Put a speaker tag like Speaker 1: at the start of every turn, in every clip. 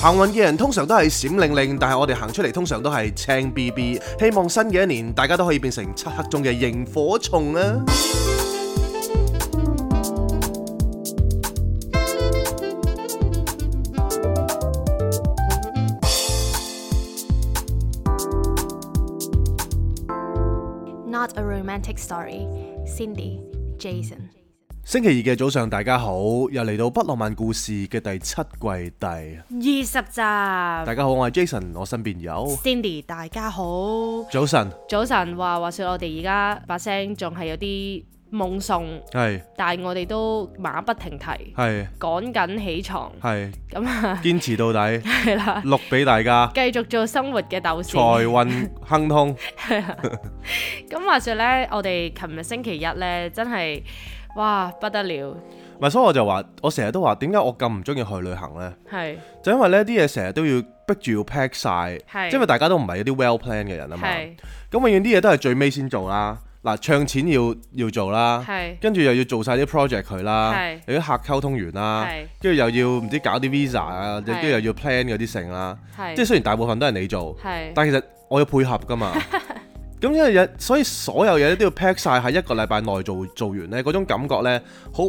Speaker 1: 行運嘅人通常都係閃靈靈，但係我哋行出嚟通常都係青 B B。希望新嘅一年大家都可以變成漆黑中嘅螢火蟲啊！
Speaker 2: Not a romantic story. Cindy, Jason.
Speaker 1: 星期二嘅早上，大家好，又嚟到不浪漫故事嘅第七季第。
Speaker 3: 二十集
Speaker 1: 大家好，我係 Jason，我身邊有
Speaker 3: ，Cindy 大家好，
Speaker 1: 早晨，
Speaker 3: 早晨。話話說我哋而家把聲仲係有啲夢送，
Speaker 1: 係
Speaker 3: 但係我哋都馬不停蹄，
Speaker 1: 係
Speaker 3: 趕緊起床，
Speaker 1: 係
Speaker 3: 咁啊
Speaker 1: 堅持到底，
Speaker 3: 係啦，
Speaker 1: 錄俾大 家，
Speaker 3: 繼續做生活嘅鬥士。
Speaker 1: 財運亨通，
Speaker 3: 咁話說呢，我哋琴日星期一呢，真係哇不得了，
Speaker 1: 咪所以我就話，我成日都話，點解我咁唔中意去旅行呢？
Speaker 3: 係
Speaker 1: 就因為呢啲嘢成日都要逼住要 pack 晒，
Speaker 3: 係
Speaker 1: 因為大家都唔係一啲 well plan 嘅人啊嘛。
Speaker 3: 係
Speaker 1: 咁永遠啲嘢都係最尾先做啦。嗱，唱錢要要做啦，
Speaker 3: 係
Speaker 1: 跟住又要做晒啲 project 佢啦
Speaker 3: 係，
Speaker 1: 有啲客溝通完啦
Speaker 3: 係，
Speaker 1: 跟住又要唔知搞啲 visa 啊，跟住又要 plan 嗰啲成啦。即係
Speaker 3: 係
Speaker 1: 雖然大部分都係你做，
Speaker 3: 係
Speaker 1: 但其實我要配合噶 嘛。咁因為有，所以所有嘢都要 pack 晒喺一個禮拜內做做完呢嗰種感覺呢，好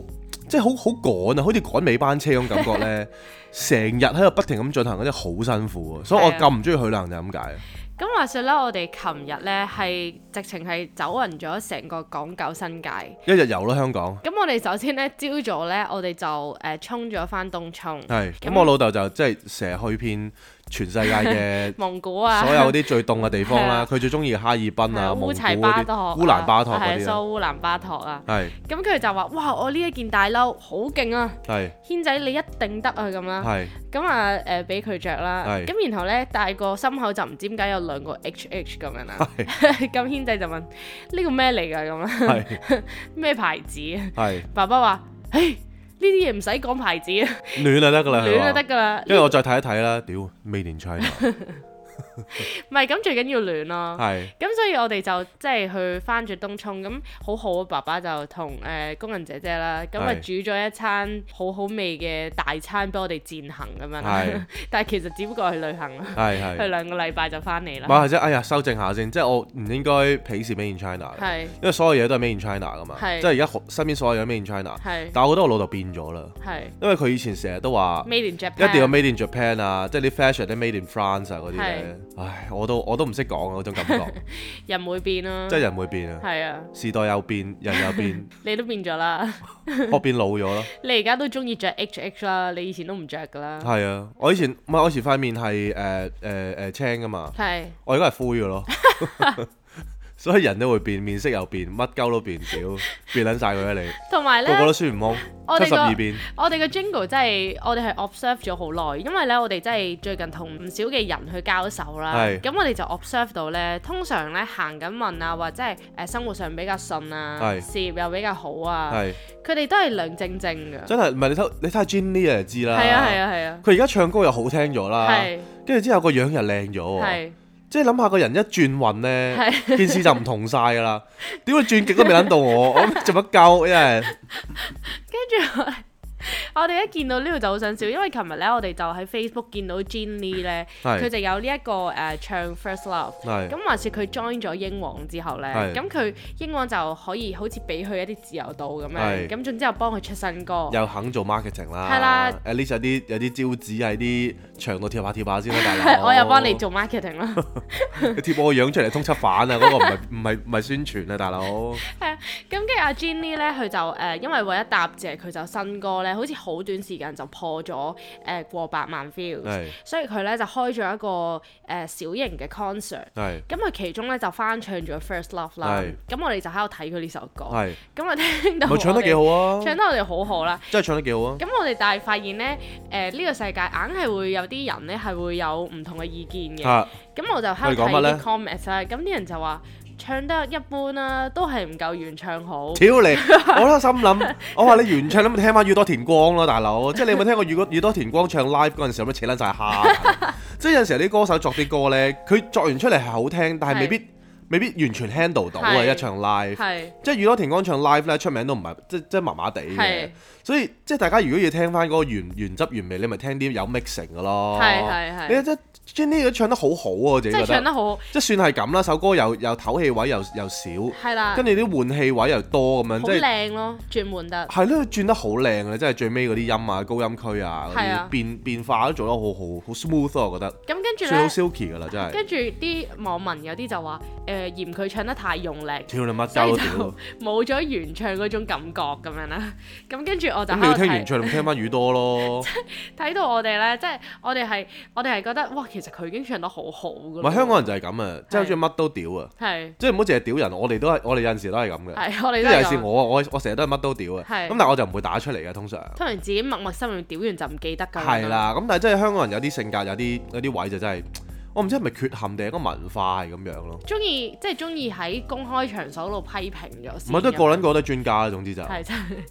Speaker 1: 即係好好趕啊，好似趕尾班車咁感覺 呢，成日喺度不停咁進行嗰啲好辛苦啊，所以我
Speaker 3: 係啊
Speaker 1: 咁唔中意去旅行就係咁解。
Speaker 3: 咁話說呢，我哋琴日呢，係直情係走勻咗成個港九新界。
Speaker 1: 一日遊咯香港，
Speaker 3: 咁我哋首先咧，朝早咧，我哋就誒衝咗翻東涌，
Speaker 1: 係
Speaker 3: 咁
Speaker 1: 咁我老豆就即係成日去遍全世界 嘅
Speaker 3: 蒙古啊，
Speaker 1: 所有啲最凍嘅地方
Speaker 3: 係
Speaker 1: 啦，
Speaker 3: 啊
Speaker 1: 佢最中意哈爾濱
Speaker 3: 係
Speaker 1: 啊、
Speaker 3: 啊
Speaker 1: 蒙古
Speaker 3: 烏
Speaker 1: 嗰
Speaker 3: 齊巴
Speaker 1: 啲、
Speaker 3: 托啊、
Speaker 1: 烏蘭巴托嗰
Speaker 3: 係
Speaker 1: 啲啊，
Speaker 3: 蘇烏蘭巴托啊。
Speaker 1: 係
Speaker 3: 咁佢就話：哇！我呢一件大褸好勁啊，
Speaker 1: 係
Speaker 3: 軒仔你一定得啊咁啦。
Speaker 1: 係
Speaker 3: 咁啊誒，俾佢着啦。
Speaker 1: 係
Speaker 3: 咁然後咧，但係個心口就唔知點解有兩個 H H 咁 樣啦。
Speaker 1: 係
Speaker 3: 咁軒仔就問：呢個咩嚟㗎？咁啦，
Speaker 1: 係
Speaker 3: 咩牌子啊？
Speaker 1: 係
Speaker 3: 爸爸話：誒呢啲嘢唔使講牌子啊，
Speaker 1: 暖就得㗎啦，佢
Speaker 3: 暖
Speaker 1: 話
Speaker 3: 就得㗎啦。
Speaker 1: 跟住我再睇一睇啦，屌未年 China
Speaker 3: 唔係咁最緊要暖咯。
Speaker 1: 係
Speaker 3: 咁所以我哋就即係去翻住東涌，咁好好啊！爸爸就同誒、呃工人姐姐啦，咁啊
Speaker 1: 係
Speaker 3: 煮咗一餐好好味嘅大餐俾我哋踐行咁樣
Speaker 1: 係
Speaker 3: 啦。 但係其實只不過係旅行啦，
Speaker 1: 係
Speaker 3: 去
Speaker 1: 係，
Speaker 3: 兩個禮拜就翻嚟
Speaker 1: 唔
Speaker 3: 啦。
Speaker 1: 係即係哎呀修正下先，即係我唔應該鄙視 Made in China，嘅
Speaker 3: 係
Speaker 1: 因為所有嘢都係 Made in China 㗎嘛，
Speaker 3: 係
Speaker 1: 即係而家好身邊所有嘢都 Made in China，
Speaker 3: 係
Speaker 1: 但係我覺得我老豆變咗啦，
Speaker 3: 係
Speaker 1: 因為佢以前成日都話。
Speaker 3: Made in Japan，
Speaker 1: 一定要 made in Japan 啊，即係啲 fashion 咧 made in France 啊嗰啲咧
Speaker 3: 係，
Speaker 1: 唉，我都我都唔識講啊嗰種感 覺，
Speaker 3: 人會變啦。
Speaker 1: 即係人會變啊，
Speaker 3: 係啊，
Speaker 1: 時代又 變，人又變，
Speaker 3: 你都變咗啦，
Speaker 1: 我變老咗咯，
Speaker 3: 你而家都中意着 H H 啦，你以前都唔着 噶啦。
Speaker 1: 係啊，我以前唔係我以前塊面係誒誒誒青噶嘛，
Speaker 3: 係
Speaker 1: 我而家係灰噶 咯， 所以人都會變，面色又變，乜鳩都變，屌變撚晒佢 啊你，
Speaker 3: 同埋
Speaker 1: 個個
Speaker 3: 咧
Speaker 1: 都，孫悟空，
Speaker 3: 我
Speaker 1: 七
Speaker 3: 哋
Speaker 1: 十
Speaker 3: 個
Speaker 1: 二變，
Speaker 3: 我哋嘅 Jingle 真係我哋係 observe 咗好耐，因為咧我哋真係最近同唔少嘅人去交手啦
Speaker 1: 係。
Speaker 3: 咁我哋就 observe 到咧，通常咧行緊運啊，或者係誒生活上比較順啊，
Speaker 1: 係
Speaker 3: 事業又比較好啊，
Speaker 1: 係
Speaker 3: 佢哋都係涼正正嘅。
Speaker 1: 真係唔係你睇你睇下 Jenny 就知啦，
Speaker 3: 係啊係啊係啊，
Speaker 1: 佢而家唱歌又好聽咗啦，
Speaker 3: 係
Speaker 1: 跟住之後個樣又靚咗喎。
Speaker 3: 係
Speaker 1: 即係諗下個人一轉運呢，件事就唔同晒㗎啦。屌你轉極都未諗到 我，我做乜鳩？因為
Speaker 3: 跟住我。 我哋一見到呢度就好想笑，因為琴日咧，我哋就喺 Facebook 見到 Jenny 咧，佢
Speaker 1: 係
Speaker 3: 就有呢、一個誒、呃唱 First Love。
Speaker 1: 係
Speaker 3: 咁話說佢 join 咗英皇之後呢，
Speaker 1: 係
Speaker 3: 咁佢英皇就可以好似俾佢一啲自由度咁
Speaker 1: 係
Speaker 3: 樣，咁總之又幫佢出新歌，
Speaker 1: 又肯做 marketing 啦。
Speaker 3: 係啦
Speaker 1: 誒呢就有啲有啲招紙喺啲牆度貼下貼下先啦，大佬。
Speaker 3: 我又幫你，
Speaker 1: 哦
Speaker 3: 做 marketing 啦。
Speaker 1: 你貼我個樣出嚟通緝犯啊！嗰個唔係唔係唔係宣傳啊，大 佬。
Speaker 3: 咁跟住阿 Jenny 呢，佢就誒、呃因為為咗答謝佢就新歌呢，好似好短時間就破咗誒、呃、過百萬 views，
Speaker 1: 係
Speaker 3: 所以佢呢就開咗一個誒、呃小型嘅 concert。
Speaker 1: 係
Speaker 3: 咁佢其中呢就翻唱咗 First Love 啦
Speaker 1: 係，
Speaker 3: 咁我哋就喺度睇佢呢首歌，
Speaker 1: 係，
Speaker 3: 咁啊聽到
Speaker 1: 咪唱得幾好
Speaker 3: 我
Speaker 1: 啊
Speaker 3: 哋，！唱得我哋好好啦。
Speaker 1: 真係唱得幾好啊！
Speaker 3: 咁我哋但係發現呢，誒、呢、個世界硬係會有啲人呢係會有唔同嘅意見嘅。
Speaker 1: 嚇
Speaker 3: 咁我就喺度
Speaker 1: 啊佢哋講乜
Speaker 3: 睇
Speaker 1: 呢
Speaker 3: 啲 comments 啦，咁啲人就話唱得一般啦、都係唔夠原唱好。
Speaker 1: 屌你！ 我都心諗，我話你原唱你咪聽翻宇多田光咯，大 佬。即係你有冇聽過宇多宇多田光唱 live 嗰陣時，有咩扯撚 晒蝦？即係有陣時候啲歌手作啲歌咧，佢作完出嚟係好聽，但係
Speaker 3: 係
Speaker 1: 未必未必完全 handle 到啊
Speaker 3: 係
Speaker 1: 一場 live。
Speaker 3: 係
Speaker 1: 即係宇多田光唱 live 咧，出名都唔係即即係麻麻地嘅
Speaker 3: 係，
Speaker 1: 所以即係大家如果要聽翻嗰個原原汁原味，你咪聽啲有 mixing 嘅咯。
Speaker 3: 係係係
Speaker 1: 你即 Jenny 都唱得好好喎，我自
Speaker 3: 即
Speaker 1: 己覺
Speaker 3: 係唱得
Speaker 1: 得，
Speaker 3: 好，
Speaker 1: 即係算係咁啦。首歌又又唞氣位又又少，
Speaker 3: 係啦，
Speaker 1: 跟住啲換氣位又多咁樣，
Speaker 3: 啊好
Speaker 1: 即係
Speaker 3: 靚咯，轉換得
Speaker 1: 係咯，轉得好靚嘅，即係最尾嗰啲音啊、高音區啊嗰
Speaker 3: 係
Speaker 1: 啲
Speaker 3: 啊
Speaker 1: 變變化都做得好好，好 smooth 啊咯，我覺得
Speaker 3: 咁跟住
Speaker 1: 算好
Speaker 3: 咧。
Speaker 1: silky 㗎啦，真係
Speaker 3: 啊跟住啲網民有啲就話誒、嫌佢唱得太用力，
Speaker 1: 跳你乜
Speaker 3: 所
Speaker 1: 鳩
Speaker 3: 以就
Speaker 1: 屌！
Speaker 3: 冇咗原唱嗰種感覺咁樣啦。咁跟住我就
Speaker 1: 咁你要
Speaker 3: 喺度
Speaker 1: 聽原
Speaker 3: 睇
Speaker 1: 唱，你咪聽翻宇多咯。
Speaker 3: 睇到我哋咧，即係我哋係我哋係覺得哇，其實佢已經唱得好好
Speaker 1: 唔
Speaker 3: 噶啦。
Speaker 1: 係香港人就係咁啊，即係好似乜都屌啊！
Speaker 3: 係
Speaker 1: 即係唔好淨係屌人，我哋都係我哋有陣時都係咁嘅，
Speaker 3: 係我
Speaker 1: 即
Speaker 3: 哋都
Speaker 1: 係
Speaker 3: 係
Speaker 1: 尤其是
Speaker 3: 咁。
Speaker 1: 我啊我我成日都係乜都屌嘅，
Speaker 3: 係
Speaker 1: 咁但係我就唔會打出嚟嘅通常。
Speaker 3: 通常自己默默心裏屌完就唔記得㗎
Speaker 1: 係，啦，咁但係真係香港人有啲性格有啲有啲位就真係，我唔知係咪缺陷定係一個文化係咁樣咯。
Speaker 3: 中意即係中意喺公開場所度批評咗
Speaker 1: 唔
Speaker 3: 先。
Speaker 1: 係都係個撚個都係專家啦，總之就
Speaker 3: 係真係。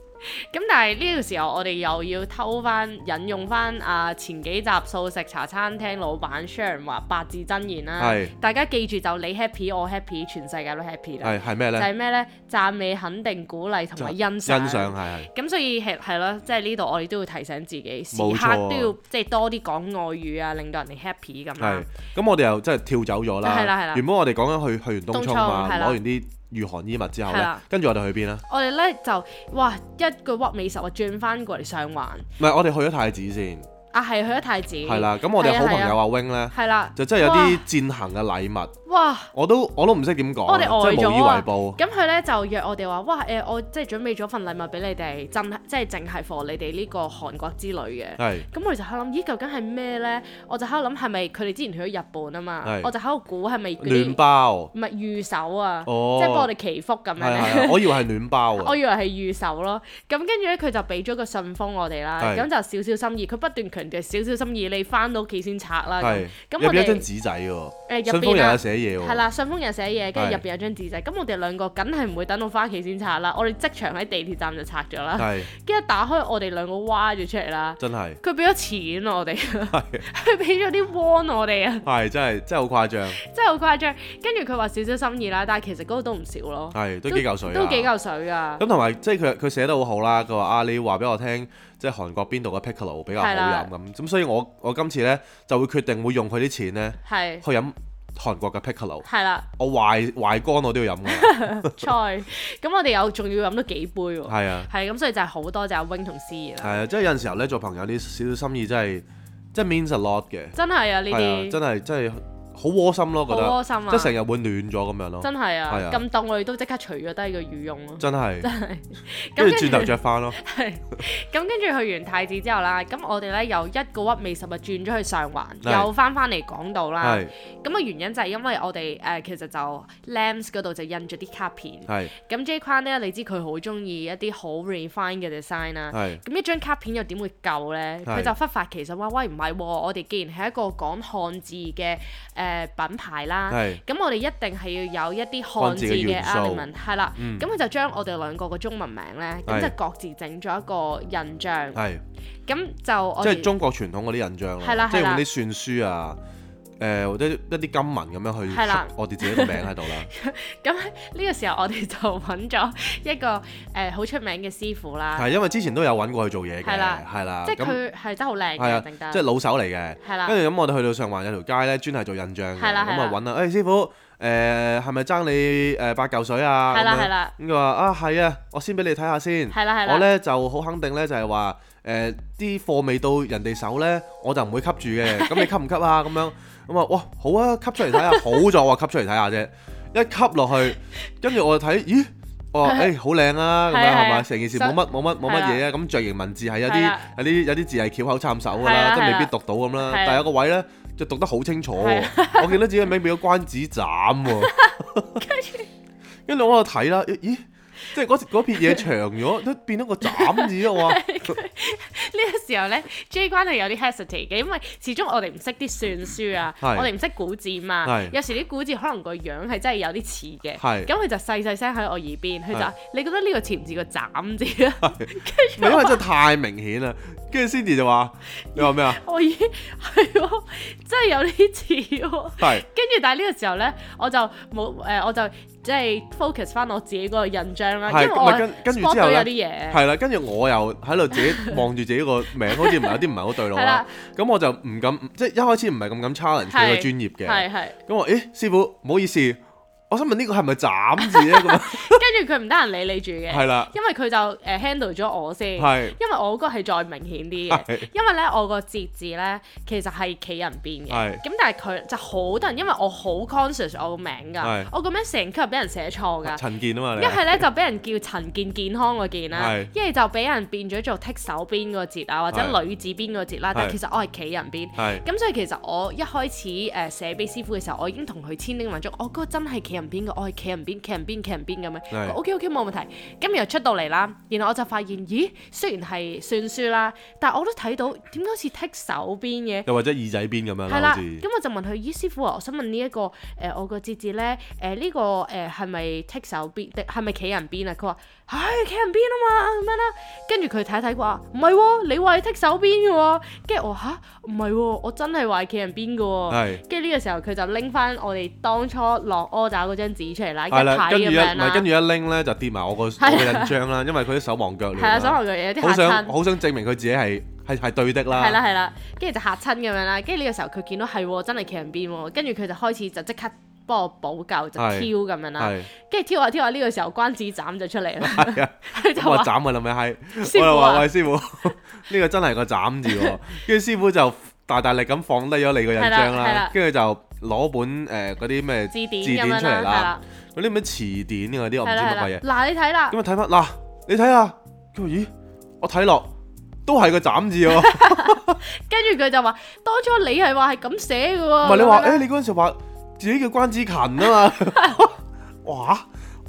Speaker 3: 咁但係呢個時候，我哋又要偷翻引用翻啊前幾集素食茶餐廳老闆 Sharon 話八字真言啦
Speaker 1: 係，
Speaker 3: 大家記住就你 happy 我 happy，全世界都 happy 啦。
Speaker 1: 係係咩
Speaker 3: 就
Speaker 1: 咧？
Speaker 3: 係咩呢？讚美、肯定、鼓勵同埋欣賞。啊
Speaker 1: 欣賞係係
Speaker 3: 咁所以係係咯，即係呢度我哋都要提醒自己，時
Speaker 1: 冇錯啊
Speaker 3: 刻都要即係多啲講外語啊，令到人哋 happy 咁啦
Speaker 1: 係。。咁我哋又真係跳走咗
Speaker 3: 係啦係
Speaker 1: 啦。
Speaker 3: 啦
Speaker 1: 原本我哋講緊去去完東
Speaker 3: 東
Speaker 1: 涌
Speaker 3: 涌
Speaker 1: 嘛，
Speaker 3: 係
Speaker 1: 攞
Speaker 3: 啦
Speaker 1: 完啲御寒衣物之後
Speaker 3: 係
Speaker 1: 咧
Speaker 3: 啦，
Speaker 1: 跟住我哋去邊咧？
Speaker 3: 我哋呢就哇一個屈美十啊，轉翻過嚟上環
Speaker 1: 唔係我哋去咗太子先，
Speaker 3: 啊，係去咗太子。
Speaker 1: 係啦。咁我哋好朋友
Speaker 3: 啊。
Speaker 1: 阿 wing 咧，
Speaker 3: 係啦，
Speaker 1: 就真係有啲餞行嘅禮物。
Speaker 3: 哇！
Speaker 1: 我都我都唔識點講，
Speaker 3: 我哋
Speaker 1: 即
Speaker 3: 呆
Speaker 1: 係無以
Speaker 3: 咗
Speaker 1: 為
Speaker 3: 啊！
Speaker 1: 報。
Speaker 3: 咁佢咧就約我哋話：哇誒、我即係準備咗份禮物俾你哋，真係即係淨係 for 你哋呢個韓國之旅嘅。
Speaker 1: 係
Speaker 3: 咁我哋就喺度諗，咦究竟係咩咧？我就喺度諗係咪佢哋之前去咗日本啊嘛
Speaker 1: 係？
Speaker 3: 我就喺度估係咪嗰
Speaker 1: 暖
Speaker 3: 啲
Speaker 1: 包，
Speaker 3: 唔係御守啊，
Speaker 1: 哦
Speaker 3: 即係幫我哋祈福咁樣
Speaker 1: 係係係
Speaker 3: 咧。
Speaker 1: 我以為係暖包
Speaker 3: 我
Speaker 1: 啊，
Speaker 3: 以為係御守咯，咁跟住咧佢就俾咗個信封我哋啦，
Speaker 1: 係
Speaker 3: 咁就少少心意，佢不斷強調少少心意，你翻到屋企先拆啦。咁
Speaker 1: 係
Speaker 3: 咁
Speaker 1: 入
Speaker 3: 我
Speaker 1: 邊有張
Speaker 3: 哋
Speaker 1: 紙仔喎，
Speaker 3: 誒入
Speaker 1: 信封
Speaker 3: 邊
Speaker 1: 又
Speaker 3: 啊
Speaker 1: 有。寫嘢
Speaker 3: 係
Speaker 1: 喎，
Speaker 3: 啦，信封又寫嘢，跟
Speaker 1: 係
Speaker 3: 住入邊有張紙仔，咁我哋兩個梗係唔會等到翻屋企先拆啦，我哋即場喺地鐵站就拆咗啦，
Speaker 1: 係
Speaker 3: 跟住打開我哋兩個挖咗出嚟啦，
Speaker 1: 真係
Speaker 3: 佢俾咗錢我哋， 佢俾咗啲 won 我哋啊，
Speaker 1: 係真係真係好誇張，
Speaker 3: 真係好誇張，跟住佢話少少心意啦，但係其實嗰個都唔少咯，
Speaker 1: 係都幾嚿水啊
Speaker 3: 都幾嚿水啊，
Speaker 1: 咁同埋即係佢佢寫得好好啦，佢話啊你話俾我聽，即係韓國邊度嘅 Piccolo 比較好
Speaker 3: 係啦
Speaker 1: 飲咁，咁所以我我今次呢就會決定會用佢啲錢呢
Speaker 3: 係
Speaker 1: 去飲韓國嘅 Piccolo，
Speaker 3: 係啦，
Speaker 1: 我壞壞乾我都要飲 㗎，
Speaker 3: 菜，咁我哋有仲要飲多幾杯喎，
Speaker 1: 係啊。
Speaker 3: 係咁所以就係好多謝阿 wing 同思怡
Speaker 1: 係
Speaker 3: 啦，
Speaker 1: 啊，即係有陣時候咧，做朋友啲少少心意真係真係 means a lot 嘅，
Speaker 3: 真係啊呢
Speaker 1: 係啊，
Speaker 3: 啲
Speaker 1: 真係真係好窩心咯，覺得
Speaker 3: 好窩心啊
Speaker 1: 即係成日會暖咗咁樣咯，
Speaker 3: 真係啊
Speaker 1: 係啊，
Speaker 3: 咁凍我哋都即刻除咗低個羽絨咯。
Speaker 1: 真係，
Speaker 3: 咁
Speaker 1: 跟住
Speaker 3: 跟住
Speaker 1: 轉頭着翻 咯，
Speaker 3: 係咁跟住去完太子之後啦，咁我哋咧由一個屈尾十日轉咗去上環，
Speaker 1: 係
Speaker 3: 又翻翻嚟港島啦。
Speaker 1: 係
Speaker 3: 咁嘅原因就係因為我哋誒、呃其實就 Lams 嗰度就印咗啲卡片。
Speaker 1: 係
Speaker 3: 咁 J Kwan 咧，你知佢好中意一啲好 refine 嘅 design 啊啦。
Speaker 1: 係
Speaker 3: 咁一張卡片又點會夠呢？
Speaker 1: 係
Speaker 3: 佢就忽發奇想話：喂，唔係喎，我哋既然係一個講漢字嘅誒、呃品牌啦。
Speaker 1: 係
Speaker 3: 咁我哋一定係要有一啲
Speaker 1: 漢
Speaker 3: 漢
Speaker 1: 字
Speaker 3: 字
Speaker 1: 嘅
Speaker 3: 嘅
Speaker 1: 元素
Speaker 3: element，係啦。
Speaker 1: 嗯
Speaker 3: 咁佢就將我哋兩個嘅中文名咧，咁
Speaker 1: 係
Speaker 3: 就各自整咗一個印象。
Speaker 1: 係，
Speaker 3: 咁就我
Speaker 1: 即
Speaker 3: 哋
Speaker 1: 係中國傳統嗰啲印章
Speaker 3: 係
Speaker 1: 啦，
Speaker 3: 啦
Speaker 1: 即係
Speaker 3: 係
Speaker 1: 用
Speaker 3: 啦
Speaker 1: 啲算書啊。誒或者一啲金文咁樣去
Speaker 3: 係啦
Speaker 1: 刻我哋自己個名喺度 啦，
Speaker 3: 咁呢個時候，我哋就揾咗一個誒好出名嘅師傅啦，
Speaker 1: 係因為之前都有揾過佢做嘢嘅，
Speaker 3: 係啦
Speaker 1: 係啦，
Speaker 3: 即係
Speaker 1: 咁
Speaker 3: 佢係真係好靚
Speaker 1: 係啊
Speaker 3: 嘅，整得，
Speaker 1: 即係老手嚟嘅，
Speaker 3: 係啦
Speaker 1: 跟住咁我哋去到上環有條街咧，專係做印章嘅，咁
Speaker 3: 係啦係
Speaker 1: 啊
Speaker 3: 啦
Speaker 1: 揾啊，誒師傅，誒係咪爭你誒八嚿水啊？
Speaker 3: 係啦
Speaker 1: 咁樣
Speaker 3: 係啦，
Speaker 1: 咁佢話啊係啊，我先俾你睇下先。
Speaker 3: 係啦係
Speaker 1: 我
Speaker 3: 啦，
Speaker 1: 咧就好肯定咧，就係話誒啲貨未到人哋手咧，我就唔會吸住嘅。 咁你吸唔吸啊？咁樣咁啊，哇好啊，吸出嚟睇下，好咗我吸出嚟睇下啫。一吸落去，跟住我就睇，咦？ 我話誒好靚啊，咁樣
Speaker 3: 係啊
Speaker 1: 係
Speaker 3: 係
Speaker 1: 嘛？
Speaker 3: 啊
Speaker 1: 成件事冇乜冇乜冇乜嘢啊。咁象形文字係有
Speaker 3: 係
Speaker 1: 啲
Speaker 3: 啊
Speaker 1: 有啲有啲字係翹口參手㗎
Speaker 3: 係
Speaker 1: 啦，
Speaker 3: 啊
Speaker 1: 即係未
Speaker 3: 係
Speaker 1: 必
Speaker 3: 啊
Speaker 1: 讀到咁啦。
Speaker 3: 係啊
Speaker 1: 但係有個位咧就讀得好清楚喎
Speaker 3: 係。
Speaker 1: 我見到自己名俾個關子斬喎。跟住我喺度睇 啦，咦咦，即係嗰嗰撇嘢長咗，都變咗個斬字啊！我話
Speaker 3: 呢個時候咧，J 關係有啲 hesitate 嘅，因為始終我哋唔識啲算術啊，
Speaker 1: 係
Speaker 3: 我哋唔識古字嘛
Speaker 1: 係。
Speaker 3: 有時啲古字可能個樣係真係有啲似嘅，
Speaker 1: 係
Speaker 3: 咁佢就細細聲喺我耳邊，佢就
Speaker 1: 係
Speaker 3: 話你覺得呢個似唔似個斬字啊？
Speaker 1: 因為真係太明顯啦。跟住 Cindy 就話：你話咩 啊？
Speaker 3: 我已經係喎，真係有啲似喎。
Speaker 1: 係
Speaker 3: 跟住，但係呢個時候咧，我就冇誒、我就即係 focus 翻我自己嗰個印象啦，
Speaker 1: 係
Speaker 3: 因為
Speaker 1: 唔
Speaker 3: 我
Speaker 1: 係跟跟住
Speaker 3: spot
Speaker 1: 之後
Speaker 3: 到
Speaker 1: 呢
Speaker 3: 有啲嘢，
Speaker 1: 係啦，跟住我又喺度自己望住自己個名，好似唔係有啲唔係好對路
Speaker 3: 係
Speaker 1: 啦
Speaker 3: 啦。
Speaker 1: 咁我就唔敢，即係一開始唔係咁敢 challenge 佢個專業嘅。
Speaker 3: 係係。
Speaker 1: 咁我誒師傅唔好意思，我想問呢個係咪斬字咧？咁啊樣
Speaker 3: 跟住佢唔得閒理你住嘅，
Speaker 1: 係啦
Speaker 3: 因為佢就誒 handle 咗我先，
Speaker 1: 係
Speaker 3: 因為我嗰個係再明顯啲
Speaker 1: 係
Speaker 3: 嘅，因為咧我個節字咧其實係企人邊嘅
Speaker 1: 係，
Speaker 3: 咁但係佢就好多人，因為我好 conscious 我個名
Speaker 1: 係
Speaker 3: 㗎，我個名成級俾人寫錯㗎。
Speaker 1: 陳健啊嘛，
Speaker 3: 一
Speaker 1: 你 係
Speaker 3: 係咧就俾人叫陳健健康個健啦
Speaker 1: 係，
Speaker 3: 一係就俾人變咗做剔手邊個節啊，或
Speaker 1: 係
Speaker 3: 者女字邊個節啦。但
Speaker 1: 係
Speaker 3: 係其實我係企人邊，
Speaker 1: 係
Speaker 3: 咁所以其實我一開始誒、呃、寫俾師傅嘅時候，我已經同佢千叮萬囑，我嗰個真係企人邊嘅，我係企人邊、企人邊、企人邊咁樣。
Speaker 1: 係
Speaker 3: 佢 OK OK 冇問題。咁然後出到嚟啦，然後我就發現，咦，雖然係算書啦，但我都睇到點解好似剔手邊嘅。
Speaker 1: 又或者耳仔邊咁樣
Speaker 3: 係
Speaker 1: 啦，
Speaker 3: 啦，
Speaker 1: 好似
Speaker 3: 咁我就問佢：咦，師傅啊，我想問呢、一個誒、呃我個節節咧，誒、呢、個誒係咪剔手邊定係咪企人邊啊？佢話：唉、企人邊啊嘛，咁樣啦。跟住佢睇睇佢話：唔係喎，你話係剔手邊嘅喎。跟住我話吓，唔係喎，我真係話係企人邊嘅喎。
Speaker 1: 係
Speaker 3: 跟住呢個時候佢就拎翻我哋當初落 order 嗰張紙出嚟啦，一
Speaker 1: 係
Speaker 3: 睇
Speaker 1: 啦，跟住
Speaker 3: 咁
Speaker 1: 一
Speaker 3: 樣
Speaker 1: 唔係跟住
Speaker 3: 啦。
Speaker 1: 一拎咧就跌埋我個我嘅印章啦，因 為佢啲手忙腳亂
Speaker 3: 係啦，
Speaker 1: 啦，
Speaker 3: 手頭腳有
Speaker 1: 好
Speaker 3: 啲嚇
Speaker 1: 想
Speaker 3: 親。
Speaker 1: 好想證明佢自己係係係對的啦，
Speaker 3: 係啦係啦，跟住就嚇親咁樣啦，跟住呢個時候佢見到係喎，真係企人邊喎，跟住佢就開始就即刻幫我補救，就挑
Speaker 1: 係
Speaker 3: 咁樣啦，
Speaker 1: 係
Speaker 3: 跟住挑下挑下呢個時候關子斬就出嚟啦，
Speaker 1: 係啊。
Speaker 3: 佢就
Speaker 1: 我話
Speaker 3: 話
Speaker 1: 斬嘅啦咪係，
Speaker 3: 師
Speaker 1: 我就
Speaker 3: 傅
Speaker 1: 話
Speaker 3: 啊
Speaker 1: 喂師傅， 呢個真係個斬字 喎。跟住師傅就大大力咁放低咗你個印章
Speaker 3: 係啦係
Speaker 1: 啦
Speaker 3: 啦，
Speaker 1: 跟住就攞本誒嗰啲咩
Speaker 3: 字典
Speaker 1: 字
Speaker 3: 咁樣
Speaker 1: 出嚟啦
Speaker 3: 啦，，
Speaker 1: 嗰啲咩詞典啊嗰啲我唔
Speaker 3: 係
Speaker 1: 知乜
Speaker 3: 啦係啦
Speaker 1: 鬼嘢。
Speaker 3: 係啦，嗱你睇啦
Speaker 1: 咁，啊睇翻嗱，你睇下，佢話咦，我睇落都係個斬字喎。
Speaker 3: 跟住佢就話當初你係話係咁寫嘅
Speaker 1: 唔
Speaker 3: 喎，
Speaker 1: 係你話
Speaker 3: 咁
Speaker 1: 誒，
Speaker 3: 樣啦
Speaker 1: 你嗰陣時話自己叫關子勤啊 嘛，哇，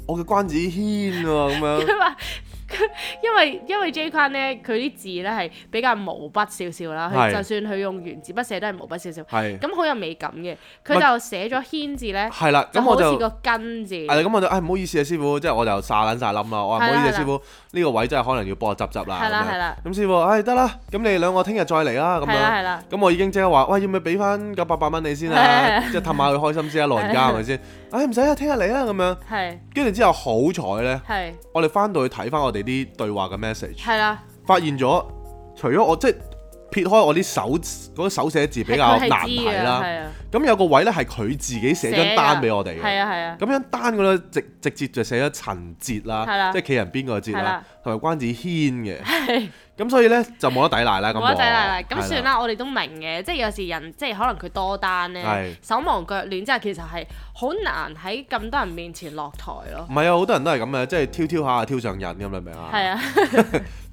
Speaker 1: 我叫關子軒喎
Speaker 3: 啊
Speaker 1: 咁樣。
Speaker 3: 佢話。佢因為因為 J 框咧，佢啲字咧係比較毛筆少少啦，佢
Speaker 1: 係
Speaker 3: 就算佢用原子筆寫都係毛筆少少，
Speaker 1: 係
Speaker 3: 咁好有美感嘅。
Speaker 1: 唔
Speaker 3: 佢
Speaker 1: 係
Speaker 3: 就寫咗軒字咧，
Speaker 1: 係啦，
Speaker 3: 就
Speaker 1: 咁我
Speaker 3: 好
Speaker 1: 就
Speaker 3: 似。個根字，
Speaker 1: 係啦，咁我就唉唔好意思啊，師傅，即係我就撒撚晒冧啦，我話唔好意思啊，師
Speaker 3: 係啦係啦
Speaker 1: 傅，呢個位真係可能要幫我執執啦。
Speaker 3: 係啦
Speaker 1: 啊咁樣
Speaker 3: 係啦。
Speaker 1: 咁師傅，唉得啦，咁你兩個聽日再嚟啦，咁
Speaker 3: 係啦
Speaker 1: 樣。
Speaker 3: 係啦，
Speaker 1: 咁我已經即刻話，喂，要唔要俾翻九百八蚊你先 啊？
Speaker 3: 係係
Speaker 1: 即係氹下佢開心先啊，老人家係咪先？唉唔使啊，聽日嚟啊咁樣。
Speaker 3: 係
Speaker 1: 跟住之後好彩呢，
Speaker 3: 係
Speaker 1: 我哋翻到去睇翻我哋啲對話嘅 message，
Speaker 3: 係啦，
Speaker 1: 發現咗除咗我即係撇開我啲手嗰啲手寫字比較
Speaker 3: 係佢係
Speaker 1: 難
Speaker 3: 知嘅
Speaker 1: 睇啦，
Speaker 3: 係啊，
Speaker 1: 咁有個位呢，係佢自己寫張單俾我哋嘅。
Speaker 3: 係啊係啊，
Speaker 1: 咁樣單嗰咧直直接就寫咗陳哲
Speaker 3: 係
Speaker 1: 啦，
Speaker 3: 啦
Speaker 1: 即係企人邊個哲
Speaker 3: 係
Speaker 1: 啦
Speaker 3: 啦，
Speaker 1: 同埋關子軒嘅。咁所以咧就冇得抵賴啦。咁
Speaker 3: 冇得
Speaker 1: 我
Speaker 3: 抵啊啦，咁
Speaker 1: 係
Speaker 3: 算啦，我哋都明嘅，即係有時人即係可能佢多單咧
Speaker 1: 係，
Speaker 3: 手忙腳亂之後，其實係好難喺咁多人面前落台咯，
Speaker 1: 唔係啊，好多人都係咁嘅，即係挑挑下挑上癮咁，你明唔明啊？
Speaker 3: 係啊。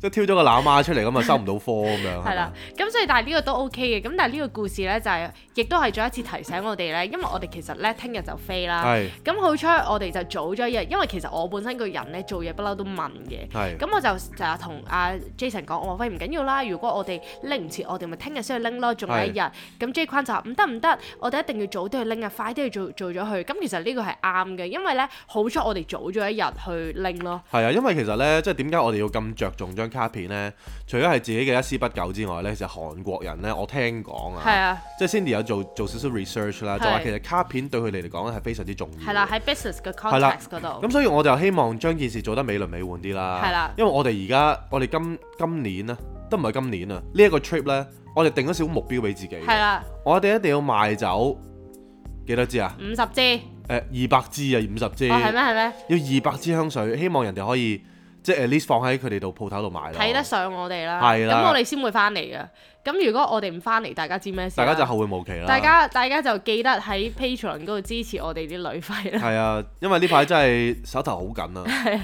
Speaker 1: 即係挑咗個喇媽出嚟咁啊，收唔到科咁樣。
Speaker 3: 係啦，咁所以但係呢個都 OK 嘅，咁但係呢個故事呢，就係、亦都係再一次提醒我哋呢，因為我哋其實呢，聽日就飛
Speaker 1: 係
Speaker 3: 啦，
Speaker 1: 咪，
Speaker 3: 咁好彩我哋就早咗一日，因為其實我本身個人呢，做嘢不嬲都問嘅，
Speaker 1: 係啊係
Speaker 3: 咁我就就係同阿 Jason 講，我話喂唔緊要啦，如果我哋拎唔切，我哋咪聽日先去拎咯，仲有一日。咁 J 框就話唔得唔得，我哋一定要早啲去拎啊，快啲去做做咗佢。咁其實呢個係啱嘅，因為咧好彩我哋早咗一日去拎咯。
Speaker 1: 係啊，因為其實咧，即係點解我哋要咁着重張卡片咧？除咗係自己嘅一絲不苟之外咧，其實韓國人咧，我聽講
Speaker 3: 係
Speaker 1: 啊，
Speaker 3: 啊，
Speaker 1: 即係 Cindy 有做做少少 research 啦，就話
Speaker 3: 係
Speaker 1: 其實卡片對佢哋嚟講咧係非常之重要。
Speaker 3: 係啦，喺 business 嘅
Speaker 1: 係啦
Speaker 3: context 嗰度。
Speaker 1: 咁所以我就希望將件事做得美輪美奐啲啦。
Speaker 3: 係啦
Speaker 1: 因為我哋而家我哋今今年啊，都唔係今年啊，呢一個 trip 呢，我哋定咗少目標俾自己。
Speaker 3: 係啦，
Speaker 1: 我哋一定要賣走幾多支啊？
Speaker 3: 五十支，
Speaker 1: 誒二百支啊，五十支。
Speaker 3: 哦係咩係咩？
Speaker 1: 要二百支香水，希望人哋可以即係 at least 放喺佢哋度鋪頭度買咯。
Speaker 3: 睇得上我哋啦，
Speaker 1: 係啦
Speaker 3: 咁我哋先會翻嚟嘅。咁如果我哋唔翻嚟，大家知咩事
Speaker 1: 大
Speaker 3: 啦？
Speaker 1: 家就後會無期啦。
Speaker 3: 啊大家大家就記得喺 Patreon 嗰度支持我哋啲旅費啦。
Speaker 1: 係啊， 因為呢排真係手頭好緊啊，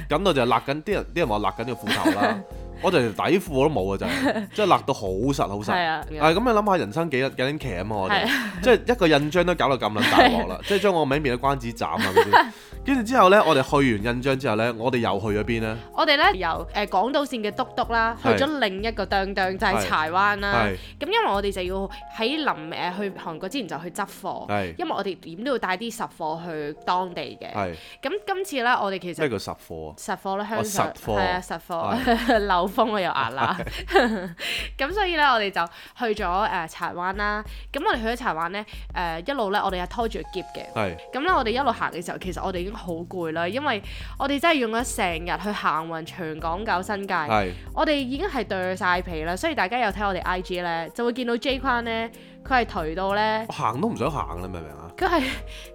Speaker 1: 緊到就係勒緊啲人，啲人話勒緊個褲頭啦。我就連底褲都冇啊，就 係即係勒到好實好實。
Speaker 3: 係啊
Speaker 1: 係咁你諗下人生幾幾撚鉗啊！我哋
Speaker 3: 係
Speaker 1: 即係一個印章都搞到咁撚大鑊 啦，即係將我名變咗關子斬啊！嗰啲跟住之後呢，我哋去完印章之後呢，我哋又去咗邊呢？
Speaker 3: 我哋咧由誒、呃、港島線嘅篤篤啦，去
Speaker 1: 係
Speaker 3: 咗另一個當當就係、
Speaker 1: 係
Speaker 3: 柴灣啦
Speaker 1: 係。
Speaker 3: 咁因為我哋就要喺臨誒去韓國之前就去執貨，
Speaker 1: 係
Speaker 3: 因為我哋點都要帶啲實貨去當地嘅。
Speaker 1: 係
Speaker 3: 咁今次咧，我哋其
Speaker 1: 咩
Speaker 3: 實
Speaker 1: 叫實貨啊？
Speaker 3: 實貨啦，
Speaker 1: 實
Speaker 3: 香水
Speaker 1: 貨
Speaker 3: 係啊，實貨 漏風啊，又壓啦。 咁所以咧，我哋就去咗誒、呃柴灣啦。咁我哋去咗柴灣咧，誒、一路咧，我哋係拖住個篋嘅。
Speaker 1: 係
Speaker 3: 咁咧，我哋一路行嘅時候，其實我哋已經好攰啦，因為我哋真係用咗成日去行運全港九新界，
Speaker 1: 係
Speaker 3: 我哋已經係對晒皮啦。所以大家有睇我哋 IG 咧，就會見到 J 框咧，佢係頹到咧
Speaker 1: 我，行都唔想行啦，明唔明啊？
Speaker 3: 佢係